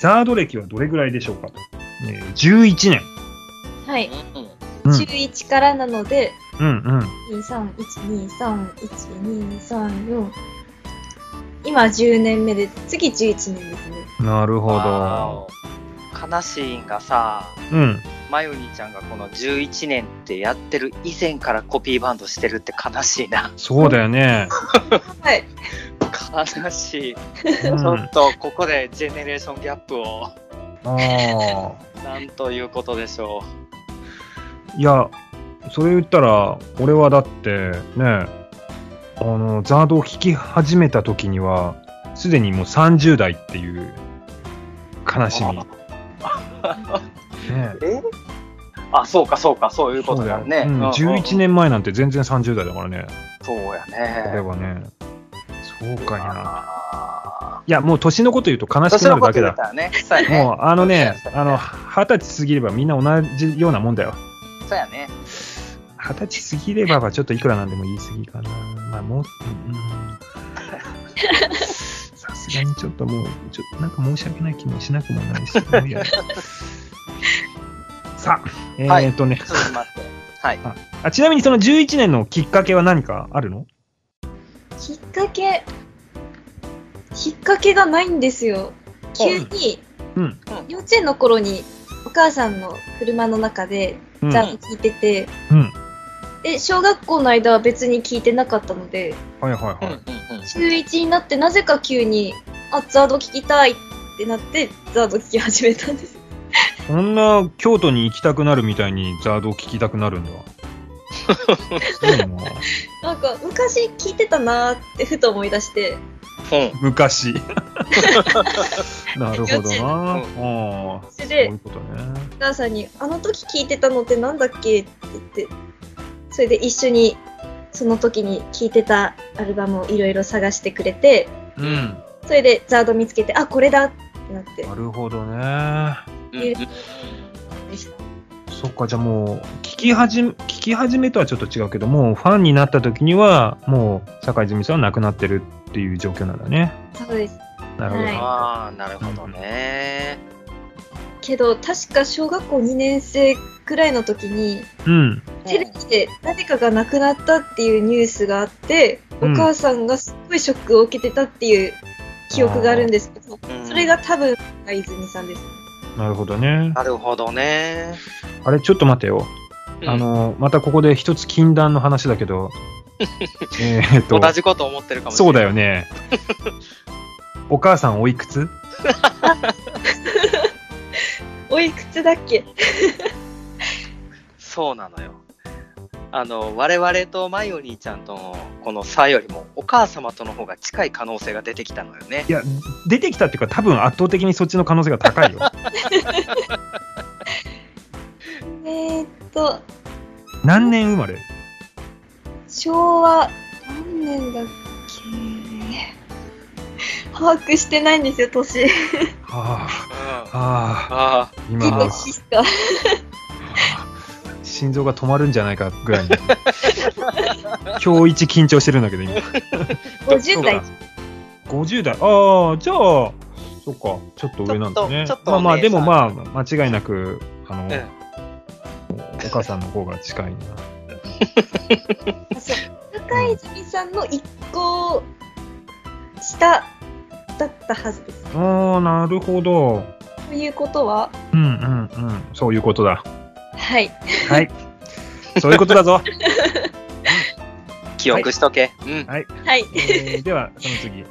[SPEAKER 1] ザード歴はどれぐらいでしょうか、えー、?11 年。
[SPEAKER 3] はい。
[SPEAKER 2] うんうん
[SPEAKER 1] うん
[SPEAKER 3] 中1からなので、
[SPEAKER 1] うんうん。
[SPEAKER 3] 2、3、1、2、3、1、2、3、4。今10年目で、次11年ですね。
[SPEAKER 1] なるほ
[SPEAKER 2] わ
[SPEAKER 1] ど。
[SPEAKER 2] ーお悲しいんがさ、
[SPEAKER 1] うん。
[SPEAKER 2] マヨニーちゃんがこの11年ってやってる以前からコピーバンドしてるって悲しいな。
[SPEAKER 1] そうだよ ね。
[SPEAKER 3] はい。
[SPEAKER 2] 悲しい。
[SPEAKER 1] うん、
[SPEAKER 2] ちょ
[SPEAKER 1] あ
[SPEAKER 2] っとここでジェネレーションギャップを。
[SPEAKER 1] あ。
[SPEAKER 2] なんということでしょ
[SPEAKER 1] いや、それ言ったら、俺はだって、ね、あの、ザードを弾き始めた時には、すでにもう30代っていう悲しみ。ね
[SPEAKER 2] う。えあ、そうか、そうか、そういうことだよね。
[SPEAKER 1] うん、11。年前なんて全然30代だからね、
[SPEAKER 2] そうや
[SPEAKER 1] これ
[SPEAKER 2] ね。
[SPEAKER 1] はね。そうかいな。
[SPEAKER 2] あ
[SPEAKER 1] いや、もう年のこと言うと悲
[SPEAKER 2] ー
[SPEAKER 1] しく
[SPEAKER 2] 年
[SPEAKER 1] な
[SPEAKER 2] の
[SPEAKER 1] る
[SPEAKER 2] こ
[SPEAKER 1] だ
[SPEAKER 2] と
[SPEAKER 1] け
[SPEAKER 2] 言っ
[SPEAKER 1] だ
[SPEAKER 2] た。らね。そうやね。
[SPEAKER 1] もう、あのね
[SPEAKER 2] そう、や
[SPEAKER 1] あの、二十歳過ぎればみんな同じようなもんだよ。
[SPEAKER 2] そうやね。
[SPEAKER 1] 二十歳過ぎればはちょっといくらなんでも言い過ぎかな。まあもう、うんうん、さすがにちょっともう、ちょっとなんか申し訳ない気もしなくもないし。もういいやさあ、え
[SPEAKER 2] はい
[SPEAKER 1] ーっとね、
[SPEAKER 2] ちょっと待って。はい。
[SPEAKER 1] あ、ちなみにその11年のきっかけは何かあるの
[SPEAKER 3] きっかけ、きっかけがないんですよ。急に、
[SPEAKER 1] うん。
[SPEAKER 3] 幼稚園の頃にお母さんの車の中で
[SPEAKER 1] うん
[SPEAKER 3] ジャズ聴いてて、
[SPEAKER 1] うん。
[SPEAKER 3] え小学校の間は別に聞いてなかったので
[SPEAKER 1] はいはいはい。
[SPEAKER 3] 中1になってなぜか急に「あザード聞きたい」ってなってザード聞き始めたんです
[SPEAKER 1] そんな京都に行きたくなるみたいにザードを聞きたくなるんだ。すごいな
[SPEAKER 3] なんか昔聞いてたなーってふと思い出して
[SPEAKER 1] 昔。なるほど
[SPEAKER 3] 幼
[SPEAKER 1] な。
[SPEAKER 2] うん
[SPEAKER 1] ああ、
[SPEAKER 3] そ
[SPEAKER 1] そう
[SPEAKER 3] れ
[SPEAKER 1] い
[SPEAKER 3] で
[SPEAKER 1] うことね。
[SPEAKER 3] お母さんに「あの時聞いてたのってなんだっけ?」って言ってそれで一緒にその時に聞いてたアルバムをいろいろ探してくれて
[SPEAKER 1] うん。
[SPEAKER 3] それでザード見つけて「あこれだ!」ってなって
[SPEAKER 1] なるほどね。
[SPEAKER 2] うんうん
[SPEAKER 1] そっか、じゃあもう、聞き始め、聞き始めとはちょっと違うけど、もうファンになった時には、もう、坂井泉さんは亡くなってるっていう状況なんだね。
[SPEAKER 3] そうです
[SPEAKER 1] なるほど。
[SPEAKER 3] はい
[SPEAKER 2] ああ、なるほどね。
[SPEAKER 3] けど確か小学校2年生くらいの時に
[SPEAKER 1] うん。
[SPEAKER 3] テレビで誰かが亡くなったっていうニュースがあって、
[SPEAKER 1] うん
[SPEAKER 3] お母さんがすごいショックを受けてたっていう記憶があるんですけど、
[SPEAKER 2] うん
[SPEAKER 3] それが多分坂井泉さんです。
[SPEAKER 1] なるほどね。
[SPEAKER 2] なるほどね。
[SPEAKER 1] あれ、ちょっと待てよ。
[SPEAKER 2] うん
[SPEAKER 1] あの、またここで一つ禁断の話だけど、えーっと
[SPEAKER 2] 同、じこと思ってるかもしれ
[SPEAKER 1] そ
[SPEAKER 2] な
[SPEAKER 1] う
[SPEAKER 2] い。
[SPEAKER 1] だよ ね。お母さんおいくつ
[SPEAKER 3] おいくつだっけ
[SPEAKER 2] そうなのよ。あの我々とマヨニーちゃんとのこの差よりもお母様との方が近い可能性が出てきたのよね
[SPEAKER 1] い。や、出てきたっていうか、多分圧倒的にそっちの可能性が高 いよ。
[SPEAKER 3] えー、っと、
[SPEAKER 1] 何年生まれ
[SPEAKER 3] 昭和何年だっけ 把握してないんですよ、年。
[SPEAKER 1] は
[SPEAKER 2] うん、あ
[SPEAKER 1] あ、はあ、
[SPEAKER 2] あ
[SPEAKER 1] 今
[SPEAKER 3] 結構
[SPEAKER 1] は、
[SPEAKER 3] ひか。
[SPEAKER 1] 心臓が止まるんじゃないかぐらいの。 今日一緊張してるんだけど、今。
[SPEAKER 3] 50代。
[SPEAKER 1] 50代。ああ、じゃあ、そっか、ちょっと上なんだね。
[SPEAKER 2] ちょっとちょっと
[SPEAKER 1] まあまあ、
[SPEAKER 2] お姉
[SPEAKER 1] で
[SPEAKER 2] さ
[SPEAKER 1] も
[SPEAKER 2] ん
[SPEAKER 1] まあ、間違いなく、あの、
[SPEAKER 2] え
[SPEAKER 1] お母さんの方が近いな。
[SPEAKER 3] 高泉さんの一個下だったはずです。
[SPEAKER 1] ああ、なるほど。
[SPEAKER 3] ということは、
[SPEAKER 1] うんうんうん。そういうことだ。
[SPEAKER 3] はい。
[SPEAKER 1] はい。 そういうことだぞ。
[SPEAKER 2] 記憶しとけ。うん。
[SPEAKER 3] はい。
[SPEAKER 1] えーでは、その次。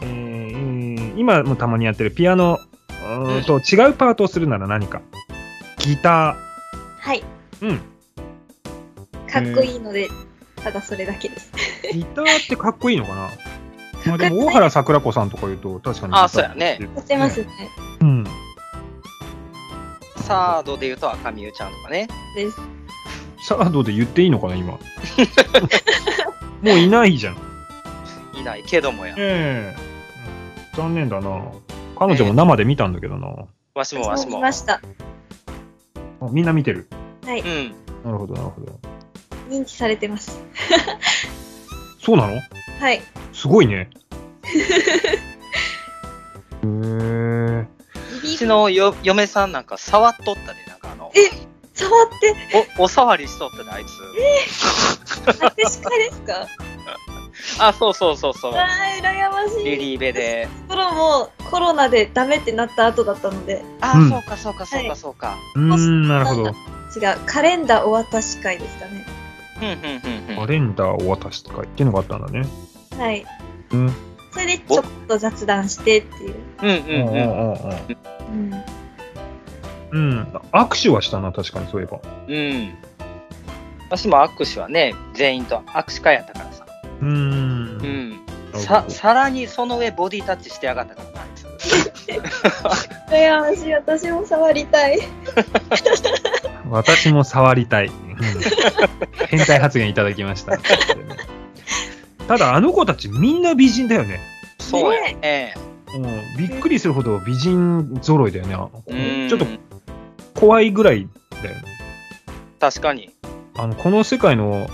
[SPEAKER 1] えー今もたまにやってるピアノうーんと違うパートをするなら何か。ギタ
[SPEAKER 3] はい。
[SPEAKER 1] うん。
[SPEAKER 3] かっこいいので、ただそれだけです。
[SPEAKER 1] ー。ギターってかっこいいのかなまあでも、大原桜子さんとか言うと、確かに。
[SPEAKER 2] あそうやね。
[SPEAKER 3] やってます。ね。
[SPEAKER 1] うん。
[SPEAKER 2] サードで言うと赤みゆちゃんとかね。
[SPEAKER 3] です。
[SPEAKER 1] サードで言っていいのかな、 今。もういないじゃん。
[SPEAKER 2] いないけどもや。
[SPEAKER 1] ええ残念だな。彼女も生で見たんだけどな。
[SPEAKER 2] わしもわし
[SPEAKER 3] 私
[SPEAKER 2] も。
[SPEAKER 3] も見ました。
[SPEAKER 1] あみんな見てる。
[SPEAKER 3] はい。
[SPEAKER 2] うん。
[SPEAKER 1] なるほど、なるほど。
[SPEAKER 3] 認知されてます。
[SPEAKER 1] そうなの
[SPEAKER 3] はい。
[SPEAKER 1] すごいね。へえ。
[SPEAKER 2] うちのよ嫁さんなんか触っとったで、なんかあの、
[SPEAKER 3] 触って、
[SPEAKER 2] おお触りしとったで、あいつ。
[SPEAKER 3] あ手しかですか
[SPEAKER 2] あ、そうそうそうそう。
[SPEAKER 3] あー、羨ましい。
[SPEAKER 2] リリーベで。
[SPEAKER 3] ソロもコロナでダメってなった後だったので、
[SPEAKER 2] あ、
[SPEAKER 1] うん
[SPEAKER 2] そうかそうかそうかそうか。
[SPEAKER 1] うーん、なるほど。
[SPEAKER 3] 違う、カレンダーお渡し会でしたね。
[SPEAKER 2] うんうんうんう
[SPEAKER 1] カ
[SPEAKER 2] ん。
[SPEAKER 1] レンダーを渡しとかっていうのがあったんだね。
[SPEAKER 3] はい。
[SPEAKER 1] うん。うん
[SPEAKER 3] それでちょっと雑談してっていう。
[SPEAKER 2] うん
[SPEAKER 1] うん
[SPEAKER 2] うんうん。
[SPEAKER 3] うん。
[SPEAKER 1] うんうん。握手はしたな、確かにそういえば。
[SPEAKER 2] うん。私も握手はね、全員と握手会やったからさ。
[SPEAKER 1] うーん。な
[SPEAKER 2] う
[SPEAKER 1] る
[SPEAKER 2] ん。
[SPEAKER 1] ほど
[SPEAKER 2] さ、さらにその上ボディタッチしてやがったからな、あいつ。
[SPEAKER 3] 羨ましい、私も触りたい。
[SPEAKER 1] 私も触りたい。変態発言いただきました。ただ、あの子たちみんな美人だよね。
[SPEAKER 2] そうやね。
[SPEAKER 1] うん、びっくりするほど美人揃いだよねあの子。
[SPEAKER 2] うん
[SPEAKER 1] ちょっと怖いぐらいだよね。
[SPEAKER 2] 確かに。
[SPEAKER 1] あのこの世界の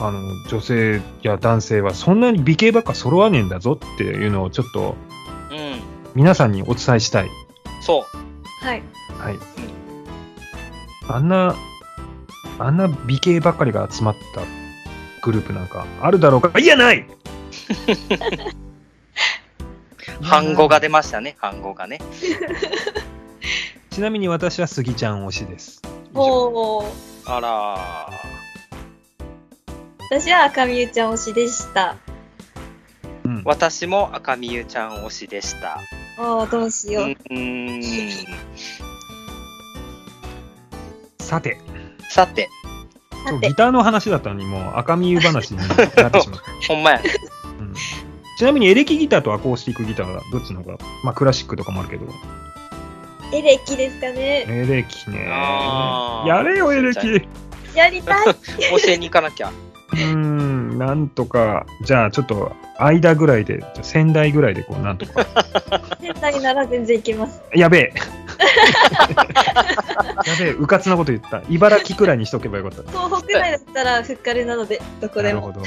[SPEAKER 1] あの女性や男性はそんなに美形ばっか揃わねえんだぞっていうのをちょっと
[SPEAKER 2] うん。
[SPEAKER 1] 皆さんにお伝えしたい。
[SPEAKER 2] そ
[SPEAKER 3] はい。
[SPEAKER 1] はい、あんなあんな美形ばっかりが集まったグループなんかあるだろうかいやない
[SPEAKER 2] う。反語が出ましたね、反語がね。
[SPEAKER 1] ちなみに私はスギちゃん推しです。以上
[SPEAKER 3] おー。
[SPEAKER 2] あら
[SPEAKER 3] 私は赤みゆちゃん推しでした。
[SPEAKER 1] うん
[SPEAKER 2] 私も赤みゆちゃん推しでした。
[SPEAKER 3] ああ、どうしよう。
[SPEAKER 2] うーん。
[SPEAKER 1] さて、
[SPEAKER 2] さて、
[SPEAKER 1] 今
[SPEAKER 3] さ
[SPEAKER 1] 日
[SPEAKER 3] て
[SPEAKER 1] ギ、ターの話だったのに、もう赤みゆ話になってしまった。
[SPEAKER 2] ほんまや。
[SPEAKER 1] うんちなみにエレキギターとアコースティックギターはどっちの方が、まあクラシックとかもあるけど、
[SPEAKER 3] エレキですかね。
[SPEAKER 1] エレキね。
[SPEAKER 2] あー
[SPEAKER 1] やれよ、エレキ。
[SPEAKER 2] そう
[SPEAKER 3] やりたい。
[SPEAKER 2] 教えに行かなきゃ。
[SPEAKER 1] ーん、なんとか、じゃあちょっと間ぐらいで、じゃあ仙台ぐらいでこう、なんとか。
[SPEAKER 3] 仙台なら全然い けます。
[SPEAKER 1] やべえ。やべえ、うかつなこと言った。茨城くらいにしとけばよかった。
[SPEAKER 3] 東北内だったらふっかるなので、どこでも。
[SPEAKER 1] なるほど。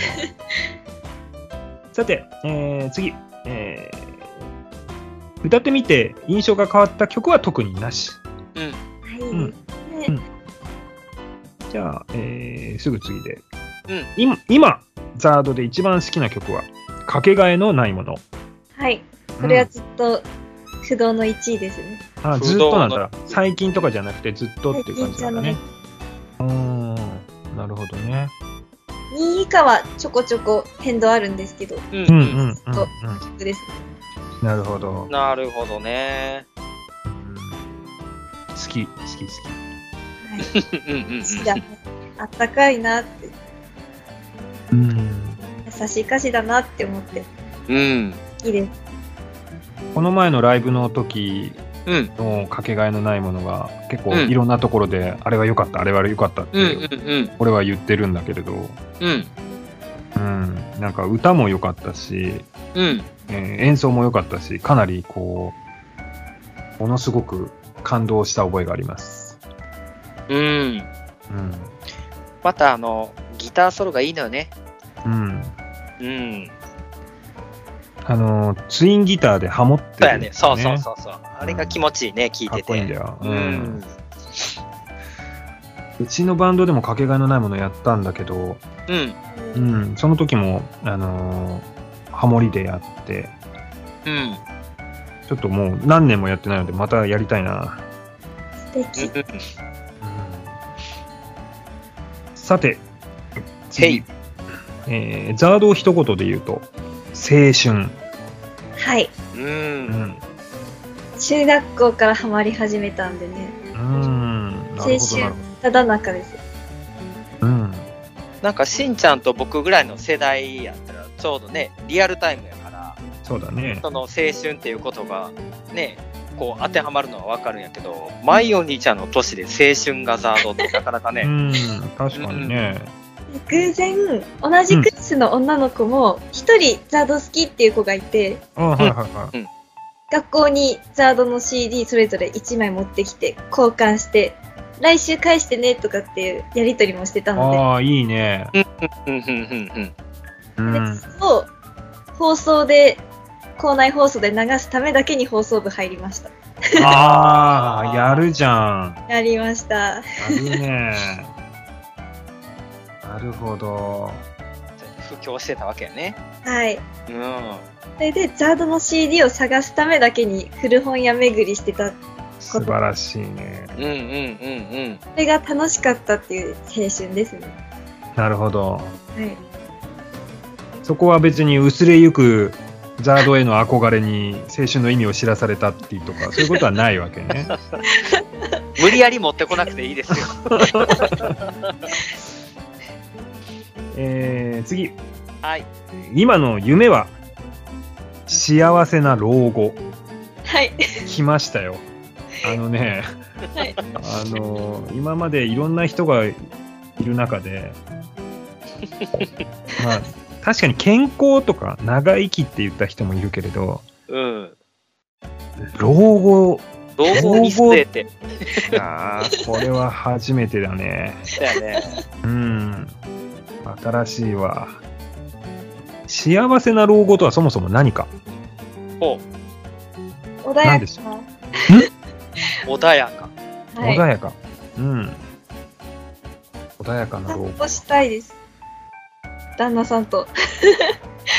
[SPEAKER 1] さて、えー次、えー歌ってみて印象が変わった曲は特になし。
[SPEAKER 3] はい。
[SPEAKER 1] ん
[SPEAKER 3] ね
[SPEAKER 1] うんじゃあ、えーすぐ次で。
[SPEAKER 2] うん
[SPEAKER 1] 今、今、ザードで一番好きな曲は、かけがえのないもの。
[SPEAKER 3] はい。
[SPEAKER 1] うん
[SPEAKER 3] これはずっと不動の1位ですね。
[SPEAKER 1] あずっとなんだ。最近とかじゃなくて、ずっとって
[SPEAKER 3] 最
[SPEAKER 1] いう感
[SPEAKER 3] 近
[SPEAKER 1] じ
[SPEAKER 3] ち
[SPEAKER 1] な
[SPEAKER 3] ゃん
[SPEAKER 1] んだ
[SPEAKER 3] の
[SPEAKER 1] ね
[SPEAKER 3] ね。。
[SPEAKER 1] うーん、なるほどね。
[SPEAKER 3] 2位以下はちょこちょこ変動あるんですけど、
[SPEAKER 2] う
[SPEAKER 1] うん
[SPEAKER 2] ん
[SPEAKER 1] う
[SPEAKER 2] うん。
[SPEAKER 1] うんんう
[SPEAKER 3] 曲ですね。
[SPEAKER 1] ん。なるほど。
[SPEAKER 2] なるほどね。
[SPEAKER 1] うん好き、好き、好き。
[SPEAKER 3] はい。
[SPEAKER 2] うんうんうん
[SPEAKER 3] 歌詞がねあったかいなって、
[SPEAKER 1] うん
[SPEAKER 3] 優しい歌詞だなって思って、
[SPEAKER 2] うん。
[SPEAKER 3] 好きです。
[SPEAKER 1] この前のライブの時
[SPEAKER 2] うん
[SPEAKER 1] のかけがえのないものが結構
[SPEAKER 2] うん
[SPEAKER 1] いろんなところで、あれは良かったあれは良かったっ
[SPEAKER 2] うんうん
[SPEAKER 1] て
[SPEAKER 2] うん
[SPEAKER 1] 俺は言ってるんだけれど、
[SPEAKER 2] うん
[SPEAKER 1] うん、なんか歌も良かったし、
[SPEAKER 2] うん
[SPEAKER 1] えー演奏も良かったしかなりこうものすごく感動した覚えがあります。
[SPEAKER 2] うん
[SPEAKER 1] うん
[SPEAKER 2] またあのギターソロがいいのよね
[SPEAKER 1] うん、
[SPEAKER 2] うん
[SPEAKER 1] あのーツインギターでハモってるん
[SPEAKER 2] そう
[SPEAKER 1] だ
[SPEAKER 2] や
[SPEAKER 1] よ
[SPEAKER 2] ねそうそうそうそうあれが気持ちいいね聞い
[SPEAKER 1] かってこいいんだ
[SPEAKER 2] て
[SPEAKER 1] よ、
[SPEAKER 2] う
[SPEAKER 1] うん
[SPEAKER 2] ん
[SPEAKER 1] うちのバンドでもかけがえのないものやったんだけど、
[SPEAKER 2] うん
[SPEAKER 1] うん、その時も、あのーハモリでやって、
[SPEAKER 2] うん
[SPEAKER 1] ちょっともう何年もやってないので、またやりたいな。
[SPEAKER 3] 素敵。
[SPEAKER 1] さて、
[SPEAKER 2] へい
[SPEAKER 1] 次、えーザードを一言で言うと、青春。
[SPEAKER 3] はい。
[SPEAKER 2] うんうん
[SPEAKER 1] ん。
[SPEAKER 3] 中学校からハマり始めたんでね、
[SPEAKER 1] うん。なるほど、なるほ
[SPEAKER 3] ただ中です。
[SPEAKER 1] ど。うん。
[SPEAKER 2] なんかしんちゃんと僕ぐらいの世代やったらちょうどねリアルタイムやから
[SPEAKER 1] そうだね。
[SPEAKER 2] その青春っていうことがねこう当てはまるのはわかるんやけどマイオニーちゃんの年で青春がザードってなかなか
[SPEAKER 1] う
[SPEAKER 2] ね
[SPEAKER 1] ん。確かにね。
[SPEAKER 3] 偶然、同じクラスの女の子も、一人ザード好きっていう子がいて、
[SPEAKER 1] あはいはいは
[SPEAKER 3] 学校にザードの CD それぞれ1枚持ってきて、交換して、来週返してねとかっていうやりとりもしてた
[SPEAKER 1] い。
[SPEAKER 3] ので、
[SPEAKER 1] ああ、いいね。
[SPEAKER 2] うんうんうん
[SPEAKER 1] うん。
[SPEAKER 3] を放送で校内放送で流すためだけに放送部入りました
[SPEAKER 1] ああ、やるじゃん。
[SPEAKER 3] やりました
[SPEAKER 1] あるね。なるほど。
[SPEAKER 2] 布教してたわけやね
[SPEAKER 3] はい
[SPEAKER 2] うん
[SPEAKER 3] それでザードの CD を探すためだけに古本屋巡りしてた
[SPEAKER 1] 素晴らしいね。
[SPEAKER 2] うんうんうんうん
[SPEAKER 3] それが楽しかったっていう青春ですね
[SPEAKER 1] なるほど。
[SPEAKER 3] はい
[SPEAKER 1] そこは別に薄れゆくザードへの憧れに青春の意味を知らされたっていうとか、そういうことはないわけね。
[SPEAKER 2] 無理やり持ってこなくていいです よ。
[SPEAKER 1] えー、次。
[SPEAKER 2] はい。
[SPEAKER 1] 今の夢は、幸せな老後。
[SPEAKER 3] はい
[SPEAKER 1] 来ましたよ。あのね、
[SPEAKER 3] はい
[SPEAKER 1] あの今までいろんな人がいる中 で、まあ、確かに健康とか長生きって言った人もいるけれど、
[SPEAKER 2] うん。
[SPEAKER 1] 老後、
[SPEAKER 2] 老後に捨てて。
[SPEAKER 1] あーこれは初めてだね。
[SPEAKER 2] だよね。
[SPEAKER 1] うん、新しいわ。幸せな老後とはそもそも何か。
[SPEAKER 2] ほ
[SPEAKER 3] 穏
[SPEAKER 1] 何
[SPEAKER 3] や
[SPEAKER 1] で
[SPEAKER 3] か
[SPEAKER 1] し
[SPEAKER 2] う。穏やか。
[SPEAKER 3] なはい
[SPEAKER 1] 穏やか。うん。穏やかな
[SPEAKER 3] 散
[SPEAKER 1] 老後。
[SPEAKER 3] 歩したいです旦那さんと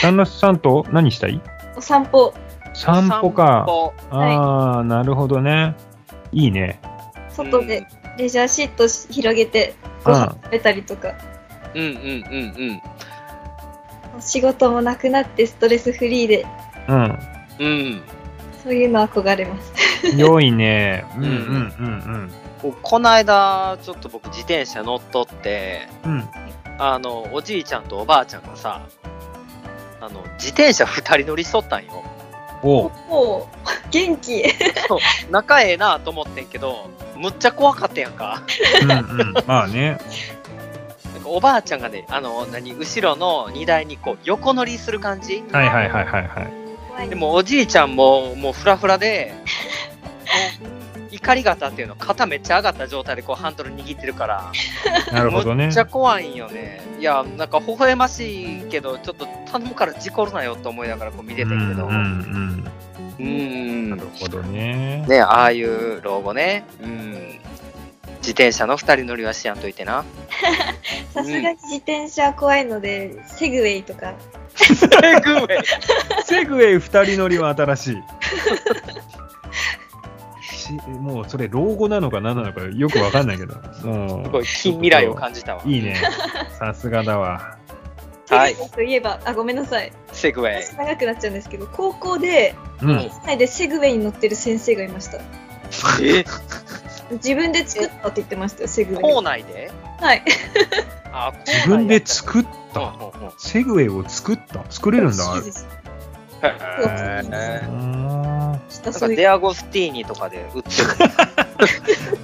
[SPEAKER 1] 旦那さんと何したい
[SPEAKER 3] お散歩
[SPEAKER 1] 散歩か。
[SPEAKER 2] 散歩
[SPEAKER 1] ああ、なるほどね。いいね。
[SPEAKER 3] 外でレジャーシート広げてご飯食べたりとか
[SPEAKER 2] うんうんうん
[SPEAKER 3] 仕事もなくなってストレスフリーで
[SPEAKER 1] うん。
[SPEAKER 2] うん。うん。
[SPEAKER 3] そういうの憧れます。
[SPEAKER 1] 良い ね。うんうん
[SPEAKER 2] この間、ちょっと僕自転車乗っとって、
[SPEAKER 1] うんうん。うん。
[SPEAKER 2] あの、おじいちゃんとおばあちゃんがさ、あの、自転車二人乗りしとったんよ。
[SPEAKER 1] おう
[SPEAKER 3] おお、元気。
[SPEAKER 2] そう、仲ええなと思ってんけど、むっちゃ怖かったやんか。
[SPEAKER 1] うんうん。まあね。
[SPEAKER 2] なんかおばあちゃんがね、あの、何、後ろの荷台にこう、横乗りする感じ
[SPEAKER 1] はいはいはいはい はい。
[SPEAKER 2] でもおじいちゃんももうフラフラでもう怒り方っていうの肩めっちゃ上がった状態でこうハンドル握ってるから
[SPEAKER 1] なるほど
[SPEAKER 2] め
[SPEAKER 1] ね
[SPEAKER 2] っち。ゃ怖いんよねいやなんか微笑ましいけどちょっと頼むから事故るなよと思いながらこう見て
[SPEAKER 1] うん
[SPEAKER 2] た
[SPEAKER 1] うんう。
[SPEAKER 2] けどうんん
[SPEAKER 1] なるほどね。
[SPEAKER 2] ねああいう老後ねうん自転車の2人乗りはしやんとい てな
[SPEAKER 3] さすがに自転車は怖いので、セグウェイとか。
[SPEAKER 2] えぐい
[SPEAKER 1] セグウェイ二人乗りは新 しい。しもうそれ老後なのか何なのかよくわかんないけど。も
[SPEAKER 2] すごい近未来を感じたわ
[SPEAKER 1] ういいね。さすがだわ。
[SPEAKER 2] はい
[SPEAKER 3] セグウェイといえば、あ、ごめんなさい。
[SPEAKER 2] セグウェイ
[SPEAKER 3] 話長くなっちゃうんですけど、高校で、
[SPEAKER 1] うん。
[SPEAKER 3] 室内でセグウェイに乗ってる先生がいました。
[SPEAKER 2] え
[SPEAKER 3] 自分で作ったって言ってましたよ、セグウェ
[SPEAKER 2] 校
[SPEAKER 3] イ。
[SPEAKER 2] 内で
[SPEAKER 3] はい。
[SPEAKER 2] あ
[SPEAKER 1] 自分で
[SPEAKER 2] っ
[SPEAKER 1] 作った。セグウェイを作った。作れるんだ。あ
[SPEAKER 3] い
[SPEAKER 1] れ
[SPEAKER 3] です。
[SPEAKER 2] へえ
[SPEAKER 1] うーん
[SPEAKER 3] きっ
[SPEAKER 2] な
[SPEAKER 3] と
[SPEAKER 2] ん
[SPEAKER 3] そ
[SPEAKER 2] か
[SPEAKER 3] ういう
[SPEAKER 2] デアゴスティーニとかで 売ってる。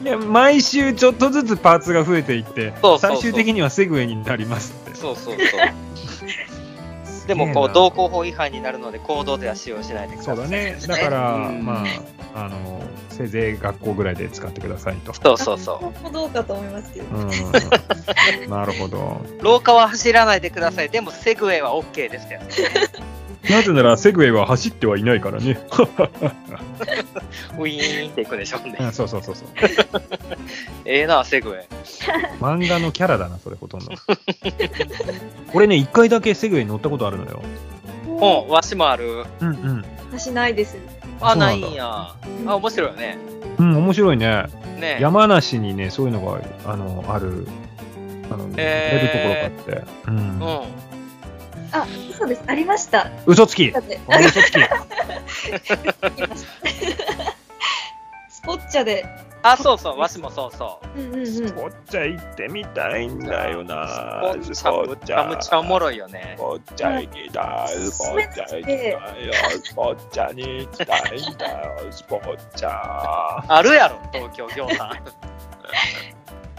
[SPEAKER 1] いや毎週ちょっとずつパーツが増えていって
[SPEAKER 2] そうそうそう
[SPEAKER 1] 最終的にはセグウェイになりますって
[SPEAKER 2] そうそうそう。でもこう道交法違反になるので行動では使用しないでくださ
[SPEAKER 1] そう
[SPEAKER 2] い。
[SPEAKER 1] だねだから、
[SPEAKER 2] うん
[SPEAKER 1] まああのせいぜい学校ぐらいで使ってくださいと、
[SPEAKER 2] そうそうそ
[SPEAKER 3] 高校どうかと思いますけど。
[SPEAKER 1] うん、なるほど
[SPEAKER 2] う。廊下は走らないでください。でもセグウェイは OK ですよ。
[SPEAKER 1] なぜならセグウェイは走ってはいないから ね
[SPEAKER 2] ウィーンっていくでしょうね
[SPEAKER 1] う。んそうそうそうそう
[SPEAKER 2] ええな、セグウェイ。
[SPEAKER 1] 漫画のキャラだなそれほとんど 俺ね一回だけセグウェイ乗ったことあるのよ
[SPEAKER 2] 本、わしもある。
[SPEAKER 1] うんうん
[SPEAKER 3] 私ないです。
[SPEAKER 2] あ、
[SPEAKER 1] そう
[SPEAKER 2] な
[SPEAKER 1] ないんだ
[SPEAKER 2] んや。あ、面白いよね。
[SPEAKER 1] うん面白いね
[SPEAKER 2] ねえ。
[SPEAKER 1] 山梨にねそういうのがあのあるあの、
[SPEAKER 2] へー
[SPEAKER 1] 出るところがあって、うん
[SPEAKER 2] うん。
[SPEAKER 3] あ、そうです。ありました。
[SPEAKER 1] 嘘つき
[SPEAKER 3] だって、
[SPEAKER 1] 俺嘘つ き
[SPEAKER 3] スポッチャで。
[SPEAKER 2] あ、そうそう、わしもそうそう。
[SPEAKER 3] うんうんうん。
[SPEAKER 1] こっちゃ行ってみたいんだよな
[SPEAKER 2] スポッチャ、むっちゃむっちゃおもろいよね。
[SPEAKER 1] こっちゃ行きたい、スポッチャ行きたいよ、スポッチャに行きたいんだよ、スポッチャ。
[SPEAKER 2] あるやろ、東京餃子。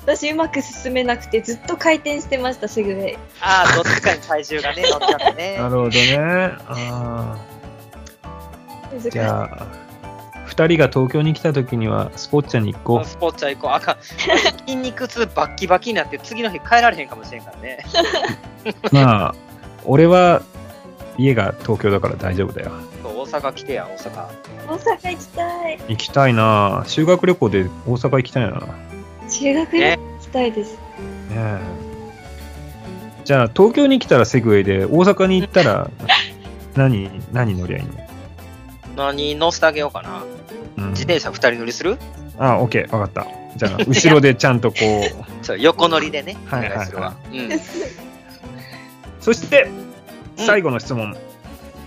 [SPEAKER 3] 私うまく進めなくてずっと回転してましたセグウェイ
[SPEAKER 2] あー、どっちかに体重がね、乗っちゃってね。
[SPEAKER 1] なるほどね。あ
[SPEAKER 3] 難し
[SPEAKER 1] ー
[SPEAKER 3] い
[SPEAKER 1] じゃあ、二人が東京に来た時にはスポッチャに行こ
[SPEAKER 2] スポッチャ行こう。あかん。筋肉痛バッキバキになって、次の日帰られへんかもしれんからね。
[SPEAKER 1] う。まあ、俺は家が東京だから大丈夫だよ。
[SPEAKER 2] そう大阪来てや、大阪。
[SPEAKER 3] 大阪行きたい
[SPEAKER 1] 行きたいな修学旅行で大阪行きたいな。ね
[SPEAKER 3] 修学旅行行きたいです
[SPEAKER 1] えじゃあ、東京に来たらセグウェイで、大阪に行った ら何、何乗りゃいいの
[SPEAKER 2] 何乗せてあげようかな。
[SPEAKER 1] うん
[SPEAKER 2] 自転車二人乗りする
[SPEAKER 1] あ、オッケー、わかった。じゃあ、後ろでちゃんとこ う。
[SPEAKER 2] そう横乗りでね。
[SPEAKER 1] はいはいはい
[SPEAKER 2] お願するわうん。
[SPEAKER 1] そして、最後の質問。
[SPEAKER 2] うん。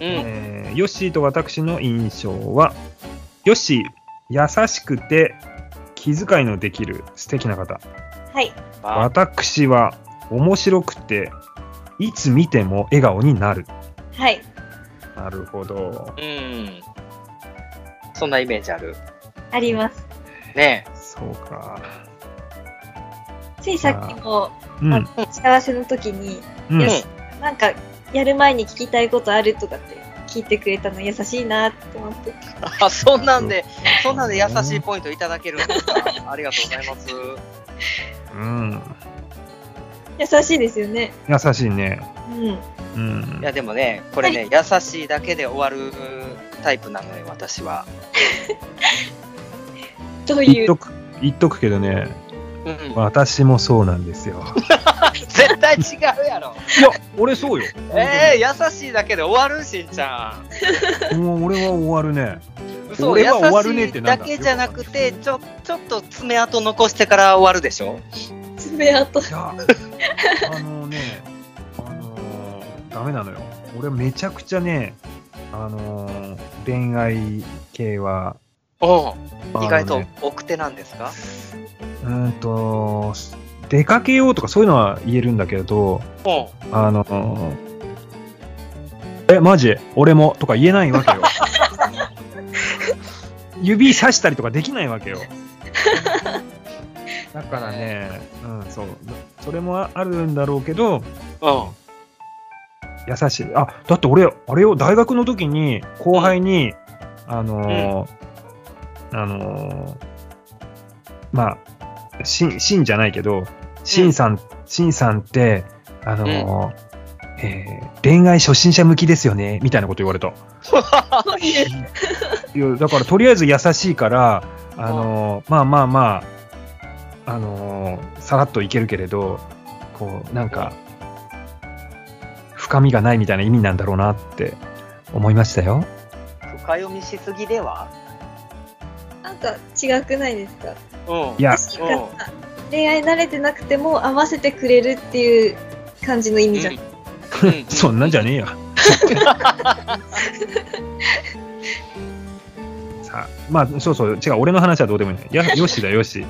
[SPEAKER 1] えーヨッシーと私の印象は、ヨッシー、優しくて気遣いのできる素敵な方。
[SPEAKER 3] はい
[SPEAKER 2] まあ
[SPEAKER 1] 私は面白くて、いつ見ても笑顔になる。
[SPEAKER 3] はい
[SPEAKER 1] なるほど。
[SPEAKER 2] うん。そんなイメージある。
[SPEAKER 3] あります
[SPEAKER 2] ねえ。
[SPEAKER 1] そうか。
[SPEAKER 3] ついさっきも
[SPEAKER 1] うん。
[SPEAKER 3] あ打ち合わせの時に
[SPEAKER 1] うん
[SPEAKER 2] うん
[SPEAKER 3] なんかやる前に聞きたいことあるとかって聞いてくれたの優しいなって思って
[SPEAKER 2] あ、そんなんで、そんなんで優しいポイントいただけるん ですか。ありがとうございます。
[SPEAKER 1] うん。
[SPEAKER 3] 優しいですよね
[SPEAKER 1] 優しいね。
[SPEAKER 3] う
[SPEAKER 1] う
[SPEAKER 3] ん
[SPEAKER 1] ん
[SPEAKER 2] い。や、でもね、これね、優しいだけで終わるタイプなのよ、私は。
[SPEAKER 3] どう
[SPEAKER 1] 言
[SPEAKER 3] い
[SPEAKER 1] っ
[SPEAKER 3] う
[SPEAKER 1] とく、言っとくけどね、
[SPEAKER 2] うん。
[SPEAKER 1] 私もそうなんですよ。
[SPEAKER 2] 絶対違うや ろ。
[SPEAKER 1] いや、俺そうよ。
[SPEAKER 2] ええ優しいだけで終わるしんちゃ
[SPEAKER 1] もう俺は終わるね。
[SPEAKER 2] ん。嘘
[SPEAKER 1] 俺は終わる
[SPEAKER 2] 優
[SPEAKER 1] ねっ
[SPEAKER 2] してい
[SPEAKER 1] な
[SPEAKER 2] だ
[SPEAKER 1] んだ
[SPEAKER 2] けじゃなくて、ちょ、ちょっと爪痕残してから終わるでしょ。
[SPEAKER 3] 爪痕
[SPEAKER 1] いや、あのね、あのーダメなのよ。俺めちゃくちゃね、あのー恋愛系は、
[SPEAKER 2] おう
[SPEAKER 1] あのね
[SPEAKER 2] 意外と奥手なんですか
[SPEAKER 1] うーんと、出かけようとかそういうのは言えるんだけど、
[SPEAKER 2] おう
[SPEAKER 1] あのーえ、マジ俺もとか言えないわけよ。指さしたりとかできないわけよ。だからね、うん、そう。それもあるんだろうけど、
[SPEAKER 2] うん。
[SPEAKER 1] 優しい。あ、だって俺、あれよ、大学の時に後輩に、あのーあのーまあ、しん、しんじゃないけど、しんさん、しんさんって、あのーえー恋愛初心者向きですよね、みたいなこと言われた。いや、だからとりあえず優しいから、あのーまあまあまあ、あのーさらっといけるけれど、こう、なんか、深みがないみたいな意味なんだろうなって思いましたよ。
[SPEAKER 2] 深読みしすぎでは
[SPEAKER 3] なんか違くないですか
[SPEAKER 2] うん。
[SPEAKER 1] いや、
[SPEAKER 3] 私が恋愛慣れてなくても合わせてくれるっていう感じの意味じゃん。
[SPEAKER 2] うんうん
[SPEAKER 1] そんなんじゃねえ よ。さあ、まあ、そうそう、違う、俺の話はどうでもいい。やよしだよし。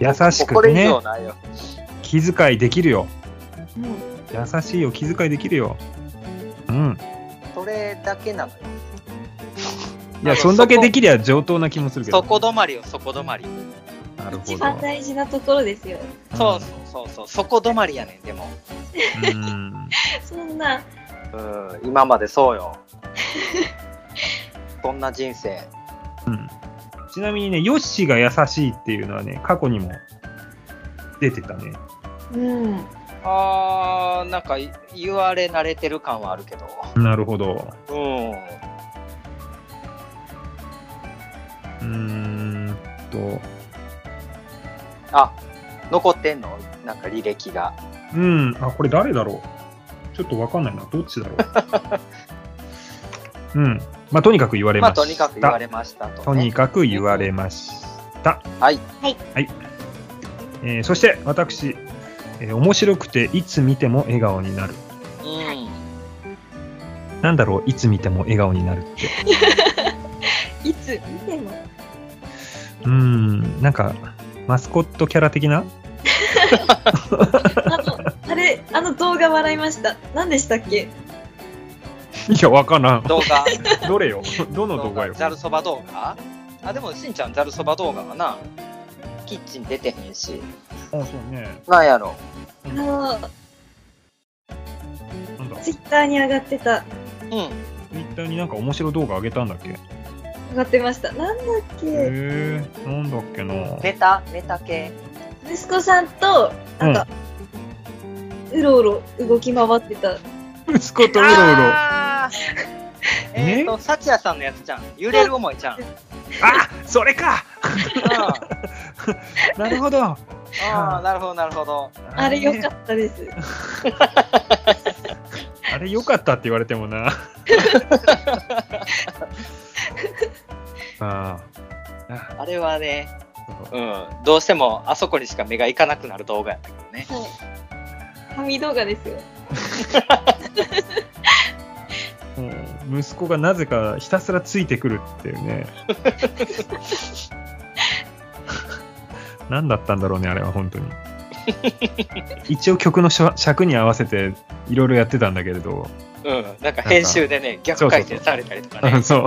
[SPEAKER 1] 優しくね
[SPEAKER 2] これ以上ないよ。
[SPEAKER 1] 気遣いできるよ。
[SPEAKER 3] うん
[SPEAKER 1] 優しいよ、気遣いできるよ。うん。
[SPEAKER 2] それだけなのよ。
[SPEAKER 1] いや、そんだけできりゃ上等な気もするけど。
[SPEAKER 2] そこ止まりよ、そこ止まり。
[SPEAKER 1] なるほ
[SPEAKER 3] 一
[SPEAKER 1] ど
[SPEAKER 3] 番。大事なところですよ。
[SPEAKER 2] そうそうそうそう、そこ止まりやねん、でも。
[SPEAKER 1] うんうん
[SPEAKER 3] そんな、
[SPEAKER 2] うん、今までそう よ。そんな人生。
[SPEAKER 1] ちなみにね、ヨッシーが優しいっていうのはね、過去にも出てたね。
[SPEAKER 3] うん、
[SPEAKER 2] あー、なんかい言われ慣れてる感はあるけど。
[SPEAKER 1] なるほど。
[SPEAKER 2] うん。
[SPEAKER 1] うーんと、
[SPEAKER 2] あ、残ってんのなんか履歴が。
[SPEAKER 1] うん、あ、これ誰だろう。ちょっとわかんないな、どっちだろ う。うん、まあ、とにかく言われ
[SPEAKER 2] ま
[SPEAKER 1] ま
[SPEAKER 2] あ、
[SPEAKER 1] した。
[SPEAKER 2] とにかく言われましたと、
[SPEAKER 1] とに
[SPEAKER 2] ね。
[SPEAKER 1] かく言われました。
[SPEAKER 2] はい。
[SPEAKER 3] はい。
[SPEAKER 1] はい。えーそして、私、えー面白くていつ見ても笑顔になる。
[SPEAKER 2] うん。
[SPEAKER 1] なんだろう、いつ見ても笑顔になるって。
[SPEAKER 3] いつ見ても。
[SPEAKER 1] うーん、なんか、マスコットキャラ的な
[SPEAKER 3] あの、あれ、あの動画笑いました。何でしたっけ
[SPEAKER 1] いや、わからん。
[SPEAKER 2] 動画。
[SPEAKER 1] どれよ どの動画よ
[SPEAKER 2] ザルそば動画あ、でもしんちゃんザルそば動画はな、キッチン出てへんし。
[SPEAKER 1] あ、そうね。
[SPEAKER 2] なんやろ。
[SPEAKER 3] あの、
[SPEAKER 1] なんだ、
[SPEAKER 3] ツイッターに上がってた。
[SPEAKER 2] うん。
[SPEAKER 1] ツイッターになんか面白い動画あげたんだっけへ
[SPEAKER 3] 上がってました。なんだっけ
[SPEAKER 1] えー、なんだっけな
[SPEAKER 2] ネタ、ネタ系。
[SPEAKER 3] 息子さんと、なんか、うろうろ動き回ってた。
[SPEAKER 1] 息子とうろうろ。あ
[SPEAKER 2] あーえっと、幸也さんのやつじゃん。揺れる思いじゃん。うん
[SPEAKER 1] それかなるほどあ
[SPEAKER 2] ああ、なるほど、なるほど。
[SPEAKER 3] あれ良かったです。
[SPEAKER 1] た。あれよかったって言われてもな。あーあ。
[SPEAKER 2] あれはね、
[SPEAKER 1] そう
[SPEAKER 2] うん、どうしてもあそこにしか目がいかなくなる動画やったけどね。
[SPEAKER 3] はい。神動画ですよ。
[SPEAKER 1] もう息子がなぜかひたすらついてくるっていう ね。何だったんだろうね、あれは本当に。一応曲のしょ尺に合わせていろいろやってたんだけれど、
[SPEAKER 2] うん、なんか編集でね、逆回転されたりとかね、
[SPEAKER 1] そう。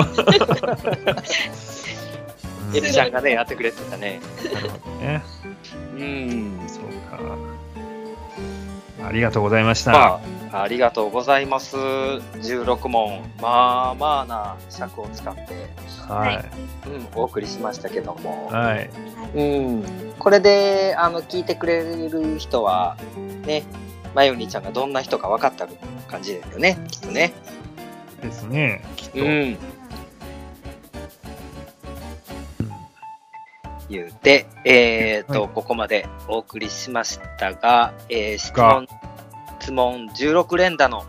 [SPEAKER 2] エピちゃんがね、やってくれてたね。
[SPEAKER 1] なるほどね。
[SPEAKER 2] うん。
[SPEAKER 1] そうか。ありがとうございました。
[SPEAKER 2] まあ、ありがとうございます。16問、まあまあな尺を使って、
[SPEAKER 1] はい。
[SPEAKER 2] うん、お送りしましたけども。
[SPEAKER 1] はい。
[SPEAKER 2] うん、これであの聞いてくれる人はねマヨニーちゃんがどんな人か分かった感じですよねきっとね
[SPEAKER 1] ですね。きっと。
[SPEAKER 2] ん言うてえっ、と、
[SPEAKER 1] は
[SPEAKER 2] ここまでお送りしましたが、えー質
[SPEAKER 1] が
[SPEAKER 2] 問質問16連打の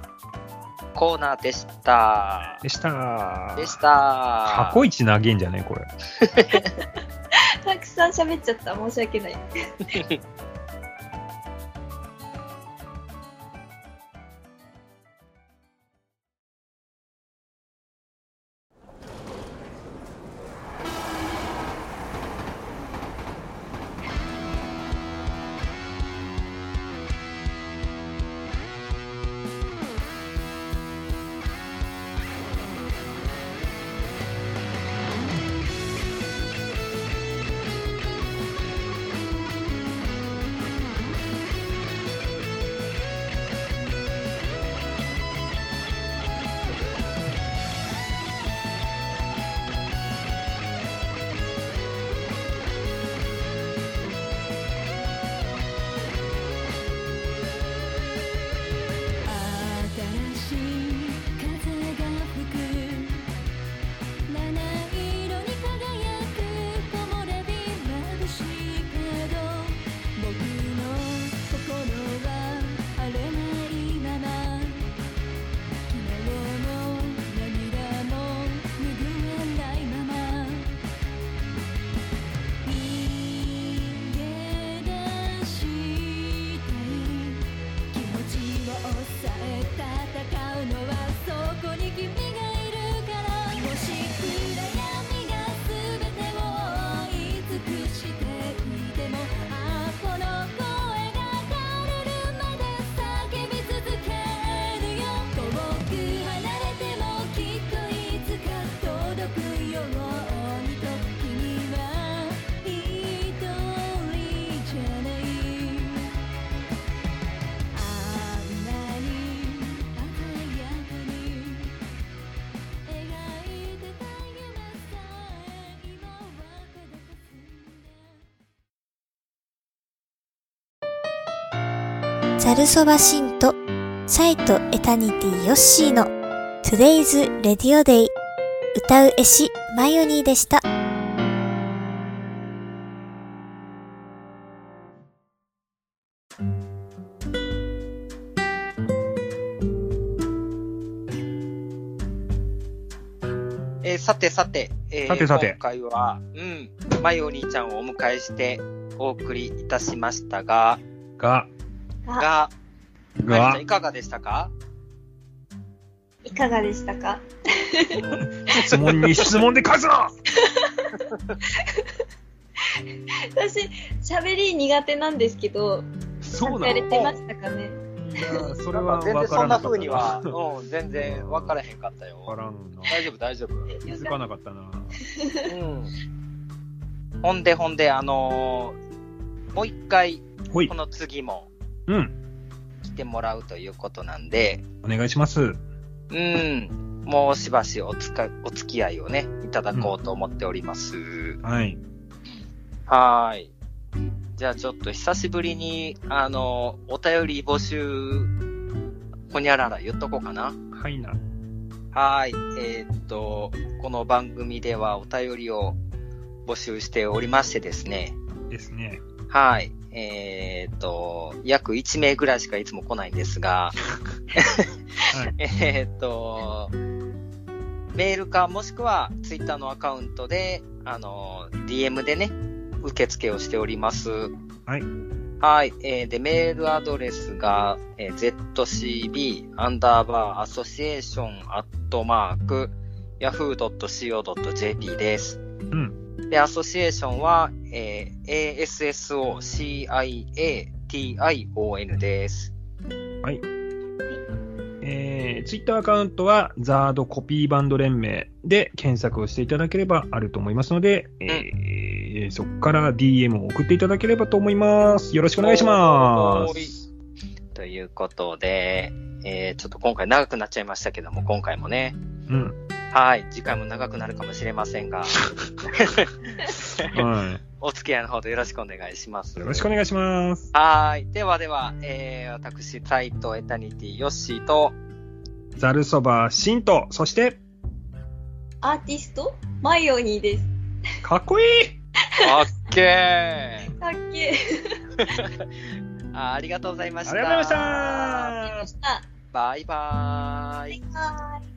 [SPEAKER 2] コーナーでした
[SPEAKER 1] でした。
[SPEAKER 2] でした
[SPEAKER 1] 箱一長いんじゃねこれ。
[SPEAKER 3] たくさん喋っちゃった。申し訳ない。
[SPEAKER 6] ザルそば神とサイトエタニティヨッシーの Today's Radio Day 歌う絵師マヨニーでした。
[SPEAKER 2] えーさてさて、えー
[SPEAKER 1] さてさて
[SPEAKER 2] 今回は、うん、まいお兄ちゃんをお迎えしてお送りいたしましたが、
[SPEAKER 1] が、
[SPEAKER 2] が、まいお
[SPEAKER 1] が
[SPEAKER 2] 兄ちゃんい、かがでしたか
[SPEAKER 3] いかがでしたか
[SPEAKER 1] 質問に質問で返すな
[SPEAKER 3] 私、喋り苦手なんですけど、
[SPEAKER 1] そうな
[SPEAKER 3] やれ
[SPEAKER 1] の
[SPEAKER 3] てましたかね
[SPEAKER 1] いやそれ
[SPEAKER 2] なん
[SPEAKER 1] は
[SPEAKER 2] か全
[SPEAKER 1] 分か
[SPEAKER 2] 然そ
[SPEAKER 1] ら
[SPEAKER 2] ん
[SPEAKER 1] なか
[SPEAKER 2] な
[SPEAKER 1] った
[SPEAKER 2] 風には、
[SPEAKER 1] 分
[SPEAKER 2] うん、全然分からへんかった
[SPEAKER 1] か
[SPEAKER 2] よ。
[SPEAKER 1] らんな。
[SPEAKER 2] 大丈夫、大丈夫。
[SPEAKER 1] 気づかなかったな。
[SPEAKER 2] うん。ほんでほんで、あのーもう一回、
[SPEAKER 1] ほい
[SPEAKER 2] こ。の次も
[SPEAKER 1] うん。
[SPEAKER 2] 来てもらうということなんで、
[SPEAKER 1] お願いします。
[SPEAKER 2] うん、もうしばしおつかお付き合いをね、いただこうと思っております。
[SPEAKER 1] はい。
[SPEAKER 2] はーい。じゃあちょっと久しぶりに、あの、お便り募集、ほにゃらら言っとこうかな。
[SPEAKER 1] はいな。
[SPEAKER 2] はーい。えーっと、この番組ではお便りを募集しておりましてですね。
[SPEAKER 1] ですね。
[SPEAKER 2] はい。えーっと、約1名ぐらいしかいつも来ないんです
[SPEAKER 1] は
[SPEAKER 2] が、
[SPEAKER 1] い。。
[SPEAKER 2] えーっと、メールかもしくはツイッターのアカウントで、あの、DM でね、受付をしております。はいはい。えーで、メールアドレスが、えー ZCB アンダーバーアソシエーションアットマーク yahoo.co.jp です。
[SPEAKER 1] うん。
[SPEAKER 2] で、アソシエーションは、えー ASSOCIATION です。
[SPEAKER 1] えー、ツイッターアカウントは、ザードコピーバンド連盟で検索をしていただければあると思いますので、えー、そこから DM を送っていただければと思います。よろしくお願いしま
[SPEAKER 2] おーい
[SPEAKER 1] す。
[SPEAKER 2] ということで、えーちょっと今回長くなっちゃいましたけども、今回もね、
[SPEAKER 1] うん。
[SPEAKER 2] はい、次回も長くなるかもしれませんが、
[SPEAKER 1] は
[SPEAKER 2] お付き合いのほどよろしくお願いします。
[SPEAKER 1] い。よろしくお願いします。
[SPEAKER 2] はい。ではでは、えー私、タイトエタニティ、ヨッシーと、
[SPEAKER 1] ザルそば、シント、そして、
[SPEAKER 3] アーティストマイオニーです。
[SPEAKER 1] かっこいい
[SPEAKER 2] オッケ
[SPEAKER 3] かっ けー。
[SPEAKER 2] ーあありがとうございました。
[SPEAKER 1] ありがとうございました
[SPEAKER 3] ありがとうございました
[SPEAKER 2] バイバーイ。
[SPEAKER 3] バイバイ。